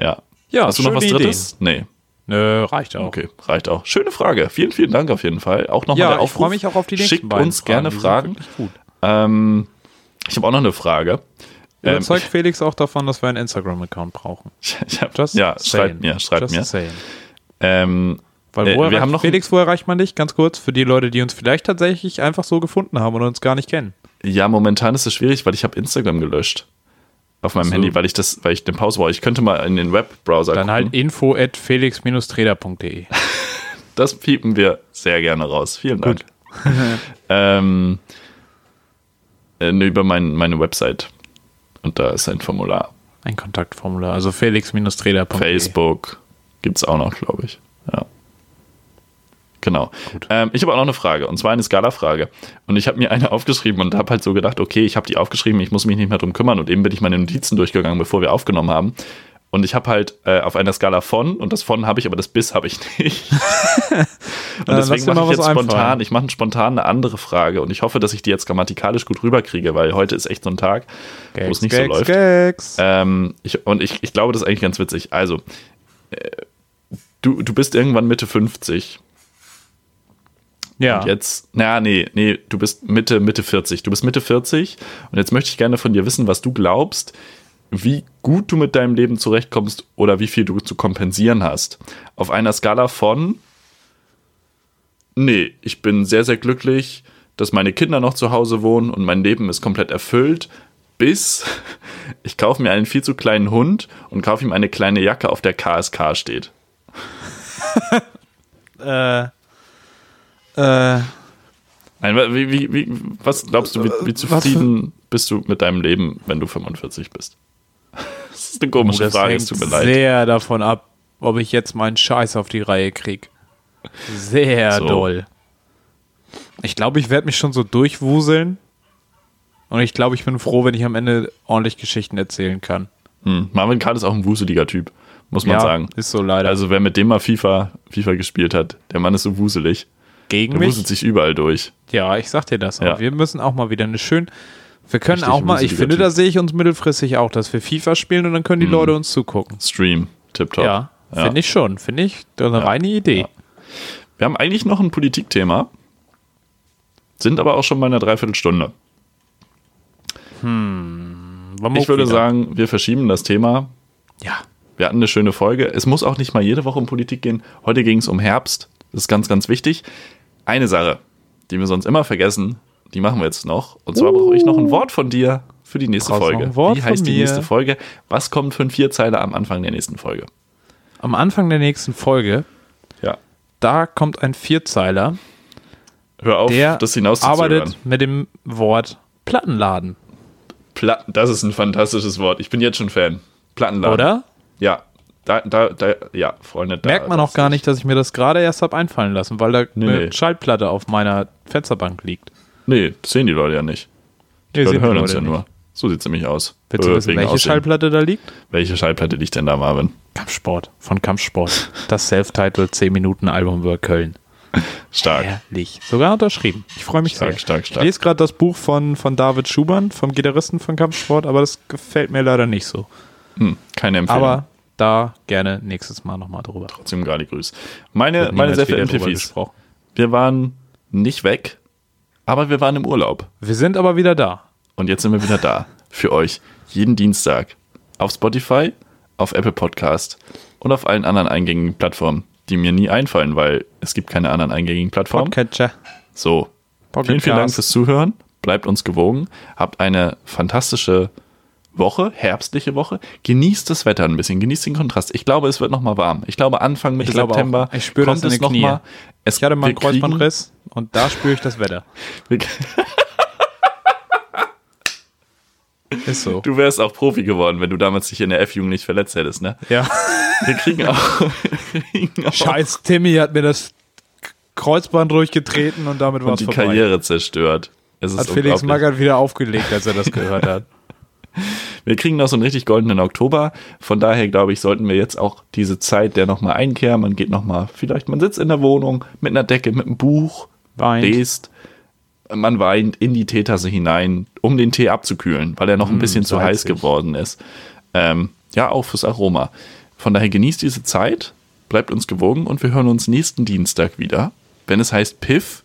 B: Ja.
A: Ja,
B: Hast du noch
A: schöne
B: was
A: Ideen.
B: Drittes? Nee.
A: Nö, reicht auch.
B: Okay, reicht auch. Schöne Frage. Vielen, vielen Dank auf jeden Fall. Auch nochmal
A: Ja,
B: der
A: ich
B: Aufruf.
A: freue mich auch auf die nächsten
B: Schickt
A: beiden
B: uns gerne
A: die sind
B: Fragen.
A: wirklich Gut.
B: Ähm, ich habe auch noch eine Frage. Ähm,
A: Überzeugt Felix auch davon, dass wir einen Instagram-Account brauchen.
B: Ich, ich hab,
A: Just
B: ja,
A: saying.
B: schreibt mir, schreibt
A: Just
B: mir.
A: Saying.
B: Ähm,
A: Weil
B: Äh,
A: wo
B: wir
A: erreicht,
B: haben noch-
A: Felix, wo erreicht man dich? Ganz kurz, für die Leute, die uns vielleicht tatsächlich einfach so gefunden haben und uns gar nicht kennen.
B: ja, momentan ist es schwierig, weil ich habe Instagram gelöscht auf meinem
A: So.
B: Handy, weil ich das, weil ich den Pause brauche. Ich könnte mal in den Webbrowser
A: Dann halt info at felix-treder.de.
B: Das piepen wir sehr gerne raus. Vielen Dank. ähm, äh, ne, über mein, meine Website. Und da ist ein Formular.
A: Ein Kontaktformular, also felix-treder.de.
B: Facebook gibt's auch noch, glaube ich. Ja. Genau. Ähm, ich habe auch noch eine Frage, und zwar eine Skala-Frage. Und ich habe mir eine aufgeschrieben und habe halt so gedacht, okay, ich habe die aufgeschrieben, ich muss mich nicht mehr drum kümmern. Und eben bin ich meine Notizen durchgegangen, bevor wir aufgenommen haben. Und ich habe halt äh, auf einer Skala von, und das von habe ich, aber das bis habe ich nicht. und
A: Äh, lass
B: deswegen
A: dir mal
B: mache ich jetzt
A: was einfallen.
B: spontan, ich mache spontan eine andere Frage. Und ich hoffe, dass ich die jetzt grammatikalisch gut rüberkriege, weil heute ist echt so ein Tag, wo es nicht so läuft.
A: Gags.
B: Ähm, ich, und ich, ich glaube, das ist eigentlich ganz witzig. Also, äh, du, du bist irgendwann Mitte 50.
A: ja,
B: Und jetzt, na, nee, nee, du bist Mitte, Mitte 40. Du bist Mitte 40. Und jetzt möchte ich gerne von dir wissen, was du glaubst, wie gut du mit deinem Leben zurechtkommst oder wie viel du zu kompensieren hast. Auf einer Skala von, nee, ich bin sehr, sehr glücklich, dass meine Kinder noch zu Hause wohnen und mein Leben ist komplett erfüllt, bis ich kaufe mir einen viel zu kleinen Hund und kaufe ihm eine kleine Jacke, auf der KSK steht.
A: äh, äh,
B: Nein, wa- wie, wie, wie, was glaubst du, wie,
A: Äh,
B: wie zufrieden bist du mit deinem Leben, wenn du 45 bist? Das ist eine
A: Oh,
B: komische
A: das
B: Frage,
A: hängt
B: es tut mir leid.
A: sehr davon ab, ob ich jetzt meinen Scheiß auf die Reihe kriege. Sehr
B: So.
A: doll. Ich glaube, ich werde mich schon so durchwuseln. Und ich glaube, ich bin froh, wenn ich am Ende ordentlich Geschichten erzählen kann.
B: Hm. Marvin Kahn ist auch ein wuseliger Typ, muss man
A: ja,
B: sagen.
A: ist so leider.
B: Also wer mit dem mal FIFA, FIFA gespielt hat, der Mann ist so wuselig.
A: gegen
B: Der
A: mich?
B: wuselt sich überall durch.
A: Ja, ich sag dir das. Aber
B: Ja.
A: wir müssen auch mal wieder eine schön. Wir können
B: Richtig
A: auch mal, ich
B: wuseliger
A: finde,
B: Typ.
A: da sehe ich uns mittelfristig auch, dass wir FIFA spielen und dann können die Leute uns zugucken.
B: Stream, tipptopp.
A: Ja,
B: Mhm. Ja.
A: finde ich schon. Finde ich eine reine Idee.
B: Ja. Wir haben eigentlich noch ein Politikthema, sind aber auch schon bei einer Dreiviertelstunde.
A: Wollen wir
B: Ich würde
A: Oh, wieder-
B: sagen, wir verschieben das Thema.
A: Ja.
B: Wir hatten eine schöne Folge. Es muss auch nicht mal jede Woche um Politik gehen. Heute ging es um Herbst. Das ist ganz, ganz wichtig. Eine Sache, die wir sonst immer vergessen, die machen wir jetzt noch. Und zwar brauche ich noch ein Wort von dir für die nächste
A: Uh. Brauchst noch
B: Folge.
A: ein Wort
B: Wie heißt
A: von
B: die
A: mir?
B: nächste Folge? Was kommt für ein Vierzeiler am Anfang der nächsten Folge?
A: Am Anfang der nächsten Folge,
B: Ja.
A: da kommt ein Vierzeiler,
B: Hör auf,
A: Der
B: das hinauszuzögern.
A: arbeitet mit dem Wort Plattenladen,
B: Pla das ist ein fantastisches Wort. Ich bin jetzt schon Fan. Plattenladen.
A: oder?
B: Ja. Da, da, da, ja, Freunde. Da,
A: Merkt man auch gar nicht, dass ich mir das gerade erst habe einfallen lassen, weil da
B: Nee,
A: eine
B: nee.
A: Schallplatte auf meiner Fensterbank liegt.
B: Nee, sehen die Leute ja nicht.
A: Wir
B: Leute hören uns ja nur. So sieht's nämlich aus.
A: Willst du
B: Äh,
A: wissen,
B: wegen
A: welche
B: Aussehen.
A: Schallplatte da liegt?
B: welche Schallplatte liegt denn da, Marvin?
A: Kampfsport, von Kampfsport. Das Self-Titled 10 Minuten Album über Köln.
B: Stark.
A: Herrlich. Sogar unterschrieben. Ich freue mich
B: Stark,
A: sehr.
B: stark, stark.
A: Ich lese gerade das Buch von, von David Schubern, vom Gitarristen von Kampfsport, aber das gefällt mir leider nicht so.
B: Hm, keine Empfehlung.
A: Aber da gerne nächstes Mal nochmal drüber.
B: Trotzdem gerade Grüß. Äh, Meine, meine
A: Niemals
B: sehr
A: wieder
B: verehrten
A: drüber
B: Fifis,
A: gesprochen.
B: wir waren nicht weg, aber wir waren im Urlaub.
A: Wir sind aber wieder da.
B: Und jetzt sind wir wieder da. Für euch. Jeden Dienstag. Auf Spotify, auf Apple Podcast und auf allen anderen eingängigen Plattformen, die mir nie einfallen, weil es gibt keine anderen eingängigen Plattformen.
A: Podcatcher.
B: So.
A: Pocket
B: vielen, vielen Dank
A: Cast.
B: fürs Zuhören. Bleibt uns gewogen. Habt eine fantastische Woche, herbstliche Woche. Genießt das Wetter ein bisschen, genießt den Kontrast. Ich glaube, es wird nochmal warm. Ich glaube, Anfang Mitte
A: Ich glaube
B: September
A: auch. Ich spüre das
B: kommt
A: in
B: es
A: den Knien.
B: nochmal. Es
A: Ich hatte mal
B: wir
A: einen Kreuzbandriss und da spüre ich das Wetter.
B: kriegen-
A: Ist so.
B: Du wärst auch Profi geworden, wenn du damals dich in der F-Jugend nicht verletzt hättest, ne?
A: Ja.
B: Wir kriegen auch. wir kriegen auch
A: Scheiß Timmy hat mir das K- Kreuzband durchgetreten und damit war
B: und
A: es
B: die
A: vorbei.
B: Karriere zerstört. Es ist
A: Hat Felix
B: unglaublich.
A: Magath wieder aufgelegt, als er das gehört hat.
B: Wir kriegen noch so einen richtig goldenen Oktober. Von daher, glaube ich, sollten wir jetzt auch diese Zeit der nochmal einkehren. Man geht nochmal, vielleicht, man sitzt in der Wohnung mit einer Decke, mit einem Buch,
A: Weint.
B: lest. Man weint in die Teetasse hinein, um den Tee abzukühlen, weil er noch ein bisschen zu heiß
A: Hm, salzig.
B: geworden ist. Ähm, ja, auch fürs Aroma. Von daher genießt diese Zeit, bleibt uns gewogen und wir hören uns nächsten Dienstag wieder, wenn es heißt Piff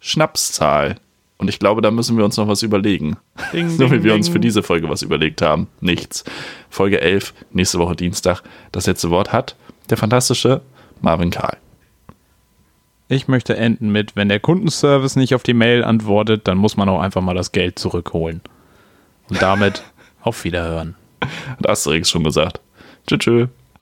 B: Schnapszahl. Und ich glaube, da müssen wir uns noch was überlegen.
A: Ding,
B: so wie
A: ding,
B: wir uns
A: ding.
B: für diese Folge was überlegt haben. Nichts. Folge 11, nächste Woche Dienstag. Das letzte Wort hat der fantastische Marvin Karl.
A: Ich möchte enden mit, wenn der Kundenservice nicht auf die Mail antwortet, dann muss man auch einfach mal das Geld zurückholen. Und damit auf Wiederhören.
B: Hat Asterix schon gesagt. Tschüss, tschüss.